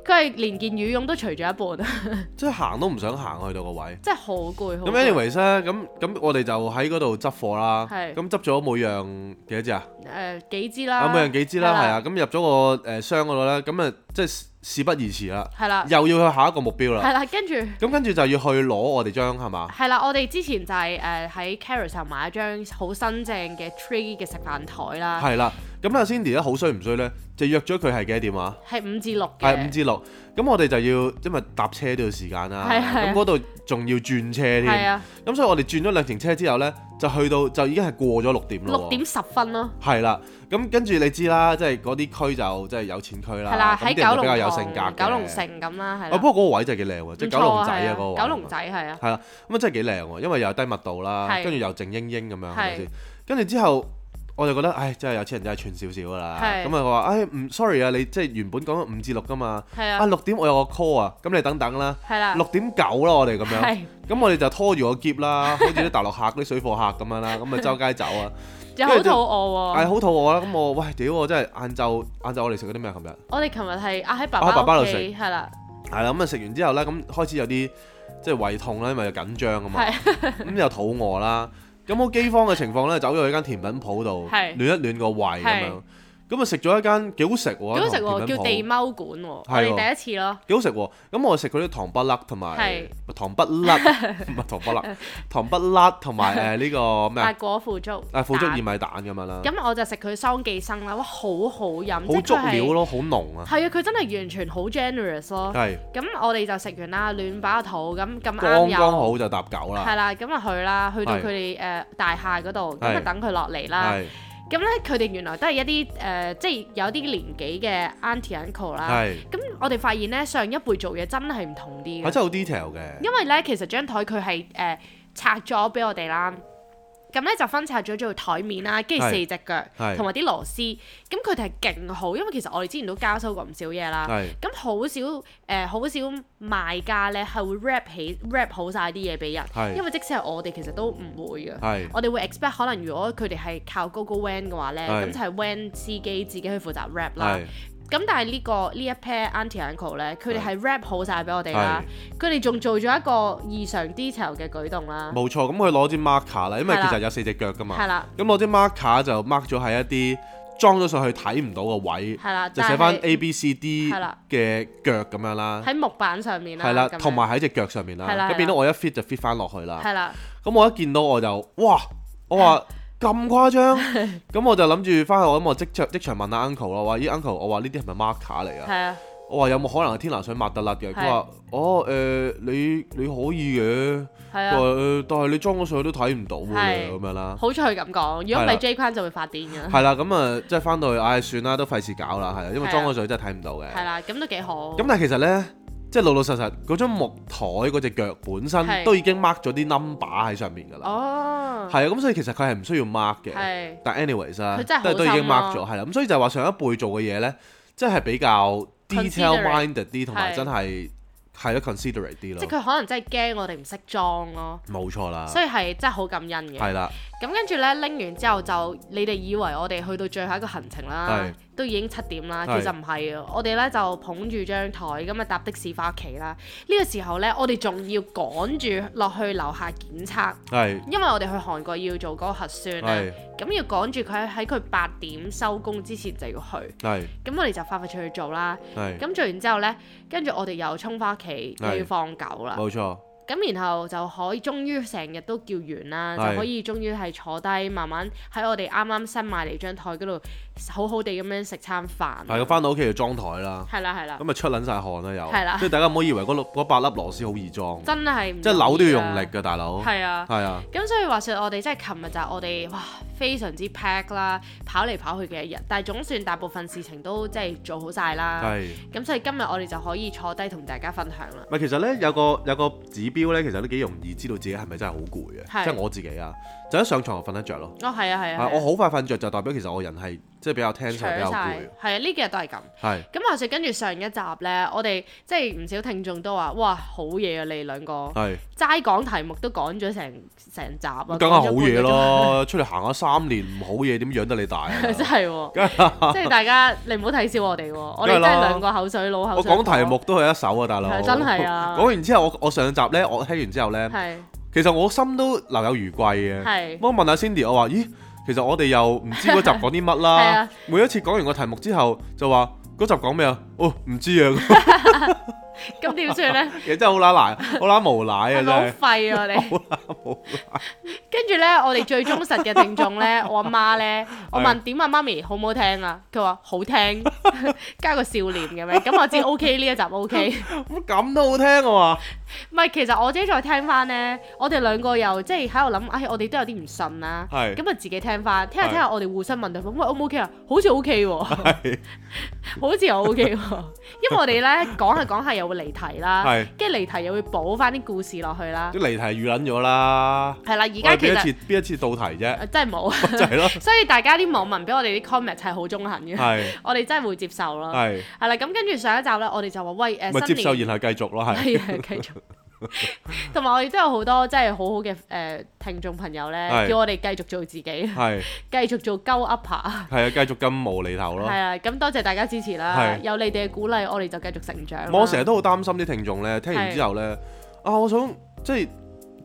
Speaker 3: 佢係連件羽絨都除咗一半，
Speaker 1: 即係行都唔想行去到個位。
Speaker 3: 真係好攰。好
Speaker 1: 咁
Speaker 3: 攰
Speaker 1: anyways 咧，咁咁我哋就喺嗰度執貨啦。
Speaker 3: 係
Speaker 1: 咁執咗每樣幾多支啊？
Speaker 3: 誒幾支啦，
Speaker 1: 啊，每樣幾支啦，
Speaker 3: 係
Speaker 1: 係啊。咁入咗個誒箱嗰度咧，咁啊即係事事不宜遲啦，
Speaker 3: 係啦，
Speaker 1: 又要去下一個目標啦。
Speaker 3: 係啦，跟住。
Speaker 1: 咁跟住就要去攞我哋張係嘛？
Speaker 3: 係啦，我哋之前就係誒喺 Carousel 買一張好新淨嘅 tree 嘅食飯台啦，
Speaker 1: 係啦。咁阿 Cindy 咧好衰唔衰咧？就約咗佢係幾多點啊？
Speaker 3: 係五至六
Speaker 1: 係五
Speaker 3: 嘅，
Speaker 1: 至六。咁我哋就要因為搭車都要時間啦。
Speaker 3: 係啊係啊
Speaker 1: 咁嗰度仲要轉車
Speaker 3: 係
Speaker 1: 添。
Speaker 3: 啊，
Speaker 1: 咁所以我哋轉咗兩程車之後咧，就去到就已經係過咗六點啦喎。
Speaker 3: 六點十分咯。
Speaker 1: 係啦，咁跟住你知啦，即係嗰啲區就即係有錢區啦，
Speaker 3: 係啦，
Speaker 1: 咁
Speaker 3: 喺
Speaker 1: 啲人
Speaker 3: 九
Speaker 1: 就比較
Speaker 3: 龍
Speaker 1: 有
Speaker 3: 塘
Speaker 1: 性格嘅
Speaker 3: 九龍。城咁啦，係
Speaker 1: 啊，
Speaker 3: 啦。
Speaker 1: 不過嗰個位真係幾靚喎，即係九龍仔啊嗰個
Speaker 3: 唔錯
Speaker 1: 位。
Speaker 3: 係九龍仔係啊，
Speaker 1: 係啦，咁啊真係幾靚喎，因為又有低密度啦，
Speaker 3: 係
Speaker 1: 跟住又靜英英咁樣，係咪
Speaker 3: 係
Speaker 1: 先？跟住之後。我就覺得，唉，真係有錢人真係串少少㗎啦。
Speaker 3: 係
Speaker 1: 咁啊，我話，唉，唔，sorry 啊，你即係原本講咗五至六㗎嘛，
Speaker 3: 係
Speaker 1: 啊，
Speaker 3: 啊，
Speaker 1: 六點我有個 call 啊，咁你等等啦，
Speaker 3: 係啦，
Speaker 1: 六點九啦，我哋咁樣。
Speaker 3: 係
Speaker 1: 咁我哋就拖住個篋啦，好似啲大陸客、啲水貨客咁樣啦，咁啊周街走啊。
Speaker 3: 又
Speaker 1: 跟
Speaker 3: 好
Speaker 1: 住
Speaker 3: 肚
Speaker 1: 就
Speaker 3: 餓
Speaker 1: 係
Speaker 3: 喎。
Speaker 1: 好肚餓啦，咁我喂屌我真係晏晝晏晝我哋食咗啲咩啊？琴日
Speaker 3: 我哋琴日係啊喺爸
Speaker 1: 啊爸爸
Speaker 3: 屋
Speaker 1: 度
Speaker 3: 企
Speaker 1: 食
Speaker 3: 係啦，
Speaker 1: 係啦，咁啊食完之後咧，咁開始有啲即係胃痛啦，因為又緊張啊嘛，
Speaker 3: 係
Speaker 1: 咁又肚餓啦，咁好饑荒嘅情況咧，走咗去間甜品鋪度
Speaker 3: 係
Speaker 1: 暖一暖個胃咁
Speaker 3: 係
Speaker 1: 樣，咁啊食咗一間幾好食喎，
Speaker 3: 幾好食
Speaker 1: 一堂
Speaker 3: 喎，
Speaker 1: 甜
Speaker 3: 叫
Speaker 1: 品
Speaker 3: 地
Speaker 1: 鋪
Speaker 3: 踎館喎，我
Speaker 1: 係喎
Speaker 3: 哋第一次咯，
Speaker 1: 幾好食喎，咁我食嗰啲糖不甩同埋糖不 甩唔係糖不甩，糖不甩同埋誒呢個咩
Speaker 3: 八
Speaker 1: 啊
Speaker 3: 果腐竹，
Speaker 1: 啊腐竹
Speaker 3: 蛋
Speaker 1: 燕米蛋咁樣啦，
Speaker 3: 咁我就食佢桑寄生啦，哇，好好飲，即
Speaker 1: 好
Speaker 3: 係
Speaker 1: 足
Speaker 3: 佢
Speaker 1: 料
Speaker 3: 係
Speaker 1: 咯，嗯好濃啊，
Speaker 3: 係啊，佢真係完全好 generous 咯。
Speaker 1: 係
Speaker 3: 咁我哋就食完啦，暖飽肚，咁咁啱
Speaker 1: 剛
Speaker 3: 又
Speaker 1: 剛好就搭九啦
Speaker 3: 係，啦，咁啊去啦，去到
Speaker 1: 啊係
Speaker 3: 佢哋誒大廈嗰度，咁啊
Speaker 1: 係
Speaker 3: 等佢落嚟啦。
Speaker 1: 係
Speaker 3: 咁咧，佢哋原來都係一啲誒、呃即係有啲年紀嘅 auntie uncle 啦。
Speaker 1: 係。
Speaker 3: 咁我哋發現咧，上一輩做嘢真係唔同
Speaker 1: 係
Speaker 3: 啲嘅，
Speaker 1: 啊真係好 detail 嘅，
Speaker 3: 因為咧其實張台佢係誒拆咗俾我哋啦。咁咧就分拆咗做台面啦，跟住
Speaker 1: 係
Speaker 3: 四隻腳
Speaker 1: 係
Speaker 3: 同埋啲螺絲。咁佢哋係勁好，因為其實我哋之前都交收過唔少嘢啦。
Speaker 1: 係
Speaker 3: 咁好少誒，好、少賣家咧係會 wrap 起 wrap 好晒啲嘢俾人，
Speaker 1: 係
Speaker 3: 因為即使係我哋其實都唔會嘅。
Speaker 1: 係
Speaker 3: 我哋會 expect 可能如果佢哋係靠 GoGo Van 嘅話咧，
Speaker 1: 係
Speaker 3: 咁就係 Van 司機自己去負責 wrap 啦
Speaker 1: 係。
Speaker 3: 咁但係呢個呢一 pair auntie uncle 咧，佢哋係 wrap 好晒俾我哋啦。佢哋仲做咗一個異常 detail 嘅舉動啦，
Speaker 1: 冇錯。咁佢攞支 marker 啦，因為其
Speaker 3: 係啦
Speaker 1: 實有四隻腳噶嘛。
Speaker 3: 係啦
Speaker 1: 咁攞支 marker 就 mark 咗喺一啲裝咗上去睇唔到嘅位，
Speaker 3: 係啦，
Speaker 1: 就寫翻
Speaker 3: 但係
Speaker 1: A、B、C、D
Speaker 3: 係啦
Speaker 1: 嘅腳咁樣啦。
Speaker 3: 喺木板上面啦，
Speaker 1: 係啦，
Speaker 3: 咁樣
Speaker 1: 同埋喺隻腳上面啦。
Speaker 3: 係啦係啦
Speaker 1: 咁變到我一 fit 就 fit 翻落去啦。
Speaker 3: 係啦，
Speaker 1: 咁我一見到我就哇，我話咁誇 張，咁我就諗住翻去，我咁我即場即場問下 uncle 啦，話咦 uncle，我話呢啲係咪 marker 嚟㗎？
Speaker 3: 係啊，
Speaker 1: 我話有冇可能係天拿水抹得甩嘅？佢
Speaker 3: 係
Speaker 1: 話：哦誒、呃你你可以嘅。佢
Speaker 3: 係
Speaker 1: 話
Speaker 3: 啊。
Speaker 1: 呃但係你裝咗上去都睇唔到
Speaker 3: 係
Speaker 1: 喎，咁樣啦。
Speaker 3: 好彩佢咁講，如果唔
Speaker 1: 係啦
Speaker 3: 係 J 框就會發癲㗎。
Speaker 1: 係啦，咁啊，即係翻到去，唉，算啦，都費事搞啦，係啊，因
Speaker 3: 係
Speaker 1: 為
Speaker 3: 啊
Speaker 1: 裝咗上去真係睇唔到
Speaker 3: 係啊
Speaker 1: 嘅。
Speaker 3: 啦，咁都幾好。
Speaker 1: 咁但係其實呢，即係老老實實嗰張木台嗰只腳本身
Speaker 3: 係
Speaker 1: 都已經 mark 咗啲 number 喺上面㗎啦。
Speaker 3: 哦，
Speaker 1: 係啊，咁所以其實佢係唔需要 mark 嘅。
Speaker 3: 係
Speaker 1: 但 anyways 啊，
Speaker 3: 佢
Speaker 1: 都
Speaker 3: 真係好
Speaker 1: 係都已經
Speaker 3: 心咯
Speaker 1: mark 咗，係啦。咁所以就係話上一輩做嘅嘢呢，即係比較 detail
Speaker 3: Considerate
Speaker 1: minded 啲，同埋
Speaker 3: 係
Speaker 1: 真係係咯 considerate 啲咯
Speaker 3: 即係。佢可能真係驚我哋唔識裝咯，
Speaker 1: 冇錯啦，
Speaker 3: 所以係真係好感恩嘅。
Speaker 1: 係啦，
Speaker 3: 咁跟住咧拎完之後就，你哋以為我哋去到最後一個行程啦
Speaker 1: 係，
Speaker 3: 都已經七點啦，其
Speaker 1: 係
Speaker 3: 實唔係嘅。我哋咧就捧住張台咁啊搭的士翻屋企啦。呢個時候咧，我哋仲要趕住落去樓下檢測，
Speaker 1: 係
Speaker 3: 因為我哋去韓國要做嗰個核酸啦
Speaker 1: 係，
Speaker 3: 咁要趕住佢喺佢八點收工之前就要去。
Speaker 1: 係
Speaker 3: 咁我哋就快快脆去做啦。
Speaker 1: 係，
Speaker 3: 咁做完之後呢，跟住我哋又衝翻屋企，
Speaker 1: 係
Speaker 3: 又要放狗啦。
Speaker 1: 冇錯，
Speaker 3: 咁咁然後就可以，終於成日都叫完啦，
Speaker 1: 係
Speaker 3: 就可以終於係坐低，慢慢喺我哋啱啱新買嚟張台嗰度，好好地咁樣食餐飯。
Speaker 1: 係咁翻到屋企就裝台啦，
Speaker 3: 係啦係啦，
Speaker 1: 咁啊出撚晒汗啦
Speaker 3: 係啦
Speaker 1: 又，即係大家唔好以為嗰六嗰八粒螺絲好易裝，
Speaker 3: 真係唔
Speaker 1: 即係扭都要用力
Speaker 3: 容易
Speaker 1: 㗎，大佬
Speaker 3: 啊。。係啊。
Speaker 1: 係啊，
Speaker 3: 咁所以話說，我哋即係琴日就係我哋哇非常之 pack 啦，跑嚟跑去嘅一日，但係總算大部分事情都即係做好晒啦。
Speaker 1: 係。
Speaker 3: 咁所以今日我哋就可以坐低同大家分享啦。
Speaker 1: 唔係，其實咧有個有個指標咧，其實都幾容易知道自己係咪真係好攰嘅，
Speaker 3: 係
Speaker 1: 即係我自己啊，就一上床就瞓得着咯。
Speaker 3: 哦，係啊，係啊，
Speaker 1: 啊
Speaker 3: 係啊
Speaker 1: 我好快瞓着就代表其實我人係即係比較 tension 比較
Speaker 3: 搶晒
Speaker 1: 攰，，
Speaker 3: 係啊，呢幾日都係咁。
Speaker 1: 係
Speaker 3: 咁話說，跟住上一集呢，我哋即係唔少聽眾都話：哇，好嘢啊！你哋兩個
Speaker 1: 係
Speaker 3: 齋講題目都講咗成成集啊，
Speaker 1: 咁梗係好嘢
Speaker 3: 咯，
Speaker 1: 咯！出嚟行下三年唔好嘢，點養得你大啊？
Speaker 3: 真係喎，即係大家你唔好睇小我哋喎，我哋
Speaker 1: 梗係
Speaker 3: 真
Speaker 1: 啦
Speaker 3: 係兩個口水佬口
Speaker 1: 我
Speaker 3: 水佬
Speaker 1: 講題目都係一手啊，大佬
Speaker 3: 係真係 啊
Speaker 1: 講完之後，我我上集咧，我聽完之後咧，
Speaker 3: 係
Speaker 1: 其實我心都留有餘悸嘅。
Speaker 3: 係
Speaker 1: 我問下 Cindy，我話：咦，其實我哋又唔知嗰集講啲乜
Speaker 3: 係
Speaker 1: 啦
Speaker 3: 啊。
Speaker 1: 每一次講完個題目之後，就話嗰集講咩啊？哦，唔知啊。
Speaker 3: 咁點算呢？
Speaker 1: 其實真係好乸難，好乸無賴啊！
Speaker 3: 係
Speaker 1: 真
Speaker 3: 咪好
Speaker 1: 係
Speaker 3: 廢啊！我哋跟住呢，我哋最忠實嘅聽眾呢，我阿媽 呢，我問點啊媽咪好唔好聽啊？佢話好聽，加個笑臉咁樣，咁我知 OK 呢一集 OK。
Speaker 1: 咁咁都好聽 啊嘛。
Speaker 3: 唔係，其實我自己再聽翻呢，我哋兩個又即係喺度諗，唉、我哋都有啲唔信啦。
Speaker 1: 係
Speaker 3: 咁啊，自己聽翻，聽下
Speaker 1: 係
Speaker 3: 聽下，我哋互相問對方，喂，O 唔 OK 啊？好似 OK 喎，好似又 OK 喎。因為我哋呢講下講下又會離題啦
Speaker 1: 係，
Speaker 3: 跟住離題又會補翻啲故事落去啦
Speaker 1: 啲。離題預撚咗啦。
Speaker 3: 係啦，而
Speaker 1: 而
Speaker 3: 家其實
Speaker 1: 一次邊一次到題 啫，
Speaker 3: 呃真係冇，
Speaker 1: 就係 咯，
Speaker 3: 所以大家啲網民俾我哋啲 comment 係好中肯嘅，
Speaker 1: 係
Speaker 3: 我哋真係會接受咯。
Speaker 1: 係
Speaker 3: 係啦，咁跟住上一集呢，我哋就話喂誒、
Speaker 1: 咪
Speaker 3: 新
Speaker 1: 接
Speaker 3: 年
Speaker 1: 受然後繼續 咯，係
Speaker 3: 係啊，繼續。同埋我哋都有好多真係好好嘅誒聽眾朋友咧，
Speaker 1: 係
Speaker 3: 叫我哋繼續 做自己，繼
Speaker 1: 係
Speaker 3: 續做鳩 upper。
Speaker 1: 係啊，繼續咁無厘頭咯
Speaker 3: 係。啊，咁多謝大家支持啦，
Speaker 1: 係
Speaker 3: 有你哋嘅鼓勵，我哋就繼續成長啦。
Speaker 1: 我成日都好擔心啲聽眾咧，聽完之後咧，啊，我想即係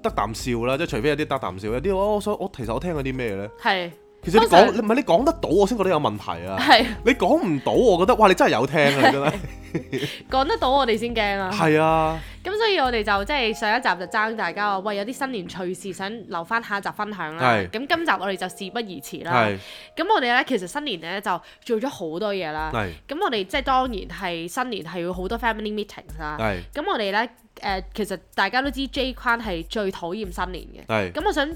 Speaker 1: 得啖笑啦，即係除非有啲得啖笑，有啲哦我我想我其實我聽咗啲咩咧？
Speaker 3: 係
Speaker 1: 其實你
Speaker 3: 通常
Speaker 1: 講唔係你講得到，我先覺得有問題啊！
Speaker 3: 係
Speaker 1: 你講唔到，我覺得哇，你真係有聽啊！你 真係
Speaker 3: 講得到我哋先驚啊！
Speaker 1: 係啊，
Speaker 3: 咁所以我哋就即係上一集就爭大家話，喂有啲新年趣事想留翻下一集分享啦。
Speaker 1: 係
Speaker 3: 咁今集我哋就事不宜遲啦。
Speaker 1: 係
Speaker 3: 咁我哋咧其實新年咧就做咗好多嘢啦。
Speaker 1: 係
Speaker 3: 咁我哋即係當然係新年係要好多 family meetings 啊啦。
Speaker 1: 係
Speaker 3: 咁我哋咧誒，其實大家都知 J 框係最討厭新年
Speaker 1: 係。
Speaker 3: 嘅。咁我想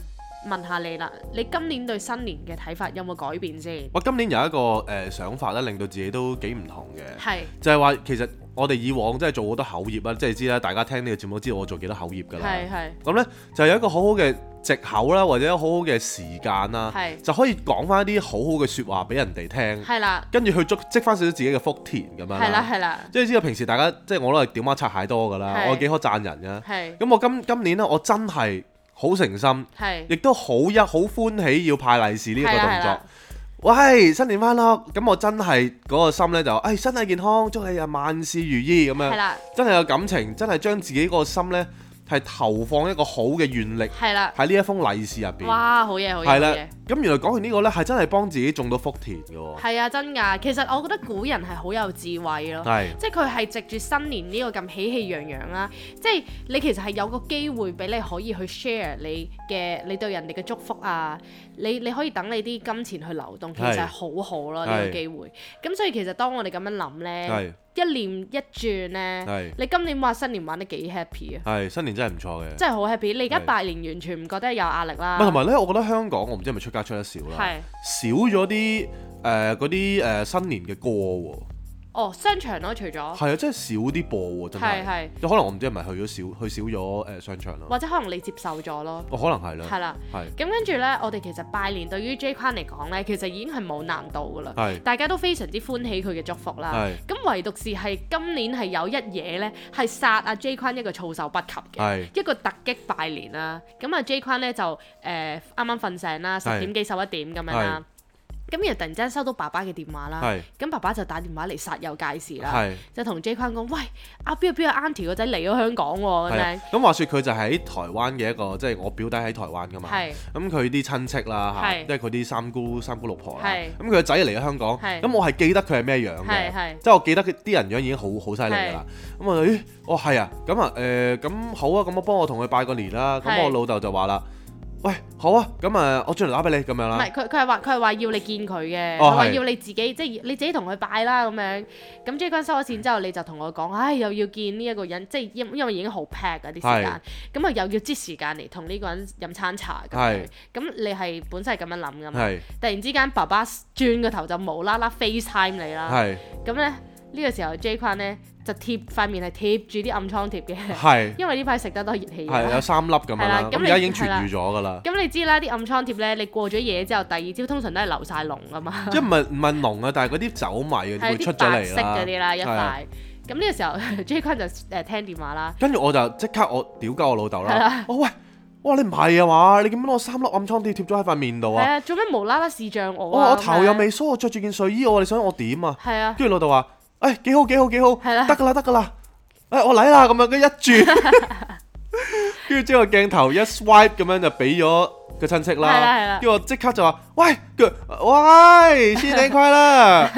Speaker 3: 問下你啦，你今年對新年嘅睇法有冇改變先？
Speaker 1: 我今年有一個誒、呃想法咧，令到自己都幾唔同嘅，
Speaker 3: 係
Speaker 1: 就係話其實我哋以往真係做好多口業啊啦，即係知啦，大家聽呢個節目都知道我做幾多口業㗎啦。啊
Speaker 3: 係係
Speaker 1: 咁呢，就有一個好好嘅藉口啦，或者好好嘅時間啦，
Speaker 3: 係
Speaker 1: 就可以講翻啲好好嘅説話俾人哋聽，
Speaker 3: 係啦，
Speaker 1: 跟住去積積翻少少自己嘅福田咁樣
Speaker 3: 係啦
Speaker 1: 嗯啦。
Speaker 3: 係啦，
Speaker 1: 即係知道平時大家即係我都係點樣擦蟹多㗎啦，
Speaker 3: 係
Speaker 1: 我幾可讚人㗎。
Speaker 3: 係
Speaker 1: 咁我今今年呢，我真係好誠心，
Speaker 3: 係
Speaker 1: 亦都好一好歡喜要派利是呢一個
Speaker 3: 係啦
Speaker 1: 動
Speaker 3: 係
Speaker 1: 作
Speaker 3: 啦。
Speaker 1: 喂，新年快樂！咁我真係嗰個心呢，就，誒身體健康，祝你啊萬事如意咁
Speaker 3: 係
Speaker 1: 樣，
Speaker 3: 啦
Speaker 1: 真係有感情，真係將自己個心呢，係投放一個好嘅願力
Speaker 3: 係啦，
Speaker 1: 喺呢一封利是入邊，
Speaker 3: 哇，好嘢好嘢好
Speaker 1: 係啦
Speaker 3: 嘢！。
Speaker 1: 咁原來講完呢個呢，係真係幫自己種到福田嘅喎，
Speaker 3: 係啊，真㗎。其實我覺得古人係好有智慧咯。
Speaker 1: 係
Speaker 3: 即係佢係藉住新年呢個咁喜氣洋洋啦，即係你其實係有個機會俾你可以去 share 你嘅你對人哋嘅祝福啊，你你可以等你啲金錢去流動，其實係好好咯呢
Speaker 1: 係
Speaker 3: 個機會。咁所以其實當我哋咁樣諗
Speaker 1: 係
Speaker 3: 呢，一念一轉
Speaker 1: 係
Speaker 3: 呢，你今年話新年玩得幾 happy 啊！
Speaker 1: 係新年真係唔錯嘅。
Speaker 3: 真係好 happy！你而家
Speaker 1: 係
Speaker 3: 拜年完全唔覺得有壓力啦
Speaker 1: 唔，係同埋呢，我覺得香港我唔知係咪出街出得少啦，
Speaker 3: 係
Speaker 1: 少咗啲誒嗰啲誒新年嘅歌喎，
Speaker 3: 哦商場咯，除咗
Speaker 1: 係啊，真係少啲播喎，真
Speaker 3: 係
Speaker 1: 係。
Speaker 3: 係，
Speaker 1: 可能我唔知係咪去咗少去少咗誒商場咯，哦
Speaker 3: 或者可能你接受咗咯，
Speaker 1: 我可能係啦，
Speaker 3: 係啦。
Speaker 1: 係。
Speaker 3: 咁跟住呢，我哋其實拜年對於 J 框嚟講呢，其實已經係冇難度噶啦
Speaker 1: 係，
Speaker 3: 大家都非常之歡喜佢嘅祝福啦
Speaker 1: 係。
Speaker 3: 咁唯獨是係今年係有一嘢呢，係殺阿 J 框一個措手不及嘅
Speaker 1: 係，
Speaker 3: 一個突擊拜年啦。咁啊 J 呃框呢就誒啱啱瞓醒啦，十
Speaker 1: 係
Speaker 3: 點幾十一點咁樣啦。咁然後突然之間收到爸爸嘅電話啦
Speaker 1: 係，
Speaker 3: 咁爸爸就打電話嚟殺友介事啦，
Speaker 1: 係。
Speaker 3: 就同 J 坤講：喂，阿邊個邊個 auntie 個仔嚟咗香港喎咁
Speaker 1: 係啊
Speaker 3: 樣，
Speaker 1: 咁話說佢就喺台灣嘅一個，即係我表弟喺台灣噶嘛。
Speaker 3: 係
Speaker 1: 咁佢啲親戚啦嚇，
Speaker 3: 係
Speaker 1: 即係佢啲三姑三姑六婆啦。
Speaker 3: 係
Speaker 1: 咁佢個仔嚟咗香港，
Speaker 3: 係
Speaker 1: 咁我係記得佢係咩樣
Speaker 3: 係
Speaker 1: 嘅，
Speaker 3: 係
Speaker 1: 即係我記得佢啲人樣已經好好犀利㗎啦。咁我就咦，哦係啊，咁啊誒，咁好啊，咁我幫我同佢拜個年啦。咁
Speaker 3: 係
Speaker 1: 我老豆就話啦，喂，好啊，咁啊，我轉嚟打俾你咁樣
Speaker 3: 唔
Speaker 1: 啦。
Speaker 3: 係佢佢係話佢係話要你見佢嘅，
Speaker 1: 哦
Speaker 3: 佢話
Speaker 1: 係
Speaker 3: 要你自己即係你自己同佢拜啦咁樣。咁 J 君收咗錢之後，你就同我講，唉又要見呢一個人，即係因因為已經好 pack 嗰啲時間，咁啊又要擠時間嚟同呢個人飲餐茶咁樣
Speaker 1: 係。
Speaker 3: 咁你係本身係咁樣諗噶嘛？
Speaker 1: 係
Speaker 3: 突然之間爸爸轉個頭就無啦啦 FaceTime 你啦，
Speaker 1: 係
Speaker 3: 咁啊咧呢個時候 J 君咧就貼塊面係貼住啲暗瘡貼嘅，
Speaker 1: 係
Speaker 3: 因為呢排食得多熱氣
Speaker 1: 係有
Speaker 3: 啦。
Speaker 1: 三粒咁樣
Speaker 3: 係啦
Speaker 1: 啦。
Speaker 3: 咁
Speaker 1: 咁
Speaker 3: 你
Speaker 1: 而家已經
Speaker 3: 係啦
Speaker 1: 痊愈咗㗎啦。
Speaker 3: 咁你知啦，啲暗瘡貼咧，你過咗夜之後，第二朝通常都係流晒膿噶嘛。
Speaker 1: 即係唔係唔係濃啊，但係嗰啲酒米啊
Speaker 3: 係
Speaker 1: 會出
Speaker 3: 啲
Speaker 1: 咗
Speaker 3: 白
Speaker 1: 嚟
Speaker 3: 色嗰啲啦，一
Speaker 1: 係啊
Speaker 3: 塊。咁呢個時候 J 君就誒聽電話啦，
Speaker 1: 跟住我就即刻我屌鳩我老豆
Speaker 3: 啊
Speaker 1: 啦！我喂，哇你唔係啊嘛？你點解攞三粒暗瘡貼貼咗喺塊面度
Speaker 3: 係
Speaker 1: 啊？
Speaker 3: 啊，做咩無啦啦視像我
Speaker 1: 我
Speaker 3: 啊？
Speaker 1: 我
Speaker 3: 咁
Speaker 1: 頭
Speaker 3: 樣
Speaker 1: 又，未梳，我着住件睡衣，我你想我點啊？
Speaker 3: 係啊，
Speaker 1: 跟住老豆話：，誒幾好幾好幾好，
Speaker 3: 係啦
Speaker 1: 得㗎啦得㗎啦！誒我嚟啦咁樣，跟住一 轉，跟住之後鏡頭一 swipe 咁樣就俾咗個親戚
Speaker 3: 係啦係
Speaker 1: 啦
Speaker 3: 啦。
Speaker 1: 跟住我即刻就話：，喂，佢喂，新年快 樂！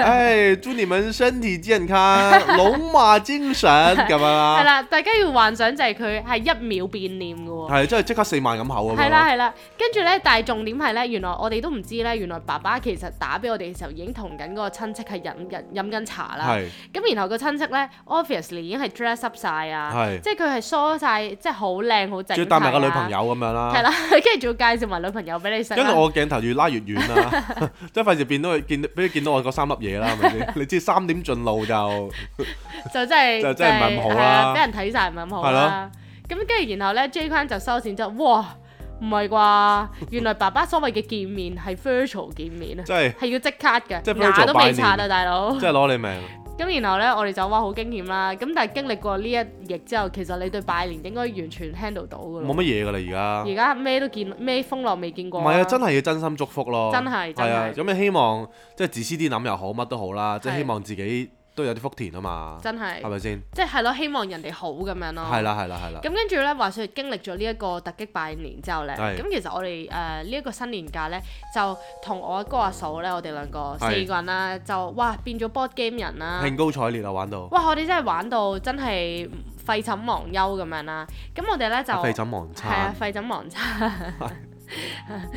Speaker 1: 誒祝你們身體健康，龍馬精神咁樣
Speaker 3: 係
Speaker 1: 啦。
Speaker 3: 啦，大家要幻想就係佢係一秒變臉嘅喎。
Speaker 1: 係，真係即刻四萬咁口咁樣
Speaker 3: 係啦
Speaker 1: 咯。
Speaker 3: 係啦，跟住咧，但係重點係咧，原來我哋都唔知咧，原來爸爸其實打俾我哋嘅時候已經同緊嗰個親戚係飲緊飲緊茶啦。
Speaker 1: 係
Speaker 3: 咁然後個親戚咧，obviously 已經係 dress up 晒啊
Speaker 1: 係，
Speaker 3: 即係佢係梳晒，即係好靚好整
Speaker 1: 仲
Speaker 3: 齊啊。
Speaker 1: 要帶埋個女朋友咁樣
Speaker 3: 係
Speaker 1: 啦。
Speaker 3: 啦， 跟住仲要介紹埋女朋友俾你識啦。
Speaker 1: 跟住我鏡頭越拉越遠啦， 即係費事變到佢見俾佢見到我嗰三粒嘢啦，係咪先？你知三點進路就
Speaker 3: 就真 係
Speaker 1: 就真係唔係咁好啦
Speaker 3: 係啊俾人睇晒唔係咁好啦。咁跟住然後咧，J 框就收線之後，哇！唔係啩？原來爸爸所謂嘅見面係 virtual 見面啊，
Speaker 1: 真係
Speaker 3: 係要即刻嘅，
Speaker 1: 即係
Speaker 3: 牙
Speaker 1: virtual
Speaker 3: 都
Speaker 1: 拜
Speaker 3: 未
Speaker 1: 年
Speaker 3: 刷啊，大佬。
Speaker 1: 真係攞你命。
Speaker 3: 咁然後咧，我哋就哇好驚險啦。咁但係經歷過呢一役之後，其實你對拜年應該完全 handle 到㗎
Speaker 1: 冇
Speaker 3: 咯。
Speaker 1: 乜嘢㗎啦，
Speaker 3: 而家咩都見，咩風浪未見過。
Speaker 1: 而家唔係啊，真係要真心祝福咯，
Speaker 3: 真係真係
Speaker 1: 係啊，咁你希望即係自私啲諗又好，乜都好啦，即係
Speaker 3: 係
Speaker 1: 希望自己都有啲福田啊嘛，
Speaker 3: 真
Speaker 1: 係
Speaker 3: 係，
Speaker 1: 咪先？
Speaker 3: 即係係咯，希望人哋好咁樣咯。
Speaker 1: 係啦係啦係啦，
Speaker 3: 咁跟住咧，話説經歷咗呢一個突擊拜年之後咧，
Speaker 1: 係
Speaker 3: 咁其實我哋誒呢一個新年假咧，就同我哥阿嫂咧，我哋兩個四
Speaker 1: 係
Speaker 3: 個人啦，就哇變咗 board game 人啦，
Speaker 1: 興高采烈啊玩到，
Speaker 3: 哇！我哋真係玩到真係廢寢忘憂咁樣啦。咁我哋咧就
Speaker 1: 廢寢忘
Speaker 3: 係啊
Speaker 1: 餐，，
Speaker 3: 廢寢忘餐。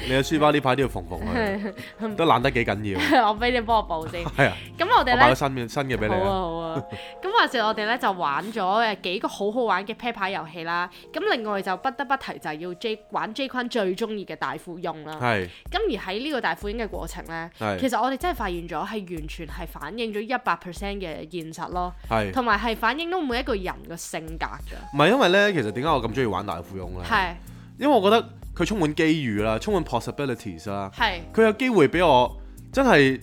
Speaker 1: 你嘅書包呢排都要縫縫 佢，都懶得幾緊要，
Speaker 3: 我俾你幫我補先。
Speaker 1: 係啊，
Speaker 3: 咁我
Speaker 1: 我
Speaker 3: 哋
Speaker 1: 買個
Speaker 3: 咧。
Speaker 1: 新嘅新嘅俾你
Speaker 3: 好啊
Speaker 1: 啊，
Speaker 3: 好啊，咁話説我哋咧就玩咗誒幾個好好玩嘅 pair 牌遊戲啦，咁另外就不得不提就係要 J 玩 J 坤最中意嘅大富翁啦。
Speaker 1: 係
Speaker 3: 咁而喺呢個大富翁嘅過程呢，
Speaker 1: 係
Speaker 3: 其實我哋真係發現咗係完全係反映咗一百 percent 嘅現實咯，
Speaker 1: 係。
Speaker 3: 同埋係反映到每一個人嘅性格㗎。
Speaker 1: 唔係因為咧，其實點解我咁中意玩大富翁咧？
Speaker 3: 係
Speaker 1: 因為我覺得佢充滿機遇啦，充滿 possibilities 啦，
Speaker 3: 係
Speaker 1: 佢有機會俾我真係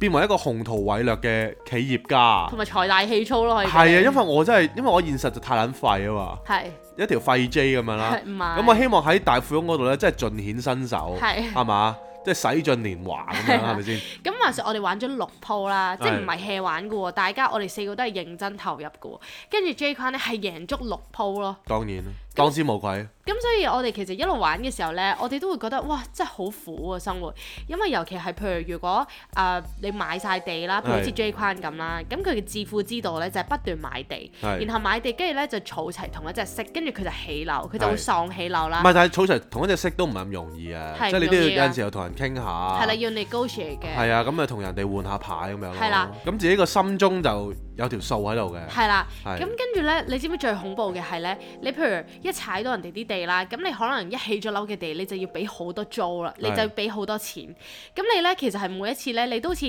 Speaker 1: 變為一個宏圖偉略嘅企業家。
Speaker 3: 同埋財大氣粗咯，可以
Speaker 1: 係啊，
Speaker 3: 講
Speaker 1: 因為我真係因為我現實就太撚廢啊嘛，
Speaker 3: 係
Speaker 1: 一條廢 J 咁樣啦
Speaker 3: 係。唔係
Speaker 1: 咁我希望喺大富翁嗰度咧，真係盡顯身手，
Speaker 3: 係
Speaker 1: 係嘛？即係使盡年華咁樣，係咪 先？
Speaker 3: 咁話説我哋玩咗六鋪啦，即係唔
Speaker 1: 係
Speaker 3: 係 hea 玩㗎喎，大家我哋四個都係認真投入㗎喎，跟住 J 坤呢係贏足六鋪咯。
Speaker 1: 當然啦，當之無愧。
Speaker 3: 咁所以我哋其實一路玩嘅時候呢，我哋都會覺得哇，真係好苦啊生活，因為尤其係譬如如果誒、呃你買晒地啦，譬如好似
Speaker 1: 係
Speaker 3: J 框咁啦，咁佢嘅致富之道呢，就係、不斷買地，
Speaker 1: 係
Speaker 3: 然後買地跟住呢，就儲齊同一隻色，跟住佢就起樓，佢就會
Speaker 1: 係
Speaker 3: 喪起樓
Speaker 1: 唔
Speaker 3: 啦，
Speaker 1: 係，但係儲齊同一隻色都唔係咁容易啊，
Speaker 3: 啊係
Speaker 1: 即係你都要
Speaker 3: 唔容易
Speaker 1: 有
Speaker 3: 啊
Speaker 1: 陣時又同人傾下。
Speaker 3: 係啦要 negotiate 嘅，
Speaker 1: 係啊，咁啊同人哋換下牌咁樣咯。
Speaker 3: 係啦，
Speaker 1: 咁自己個心中就有條數喺度嘅。
Speaker 3: 係啦。
Speaker 1: 係
Speaker 3: 咁跟住呢，你知唔知最恐怖嘅係呢？你譬如一踩到人哋啲地啦，咁你可能一起咗樓嘅地，你就要俾好多租啦，你
Speaker 1: 係
Speaker 3: 就要俾好多錢。咁你呢，其實係每一次呢，你都好似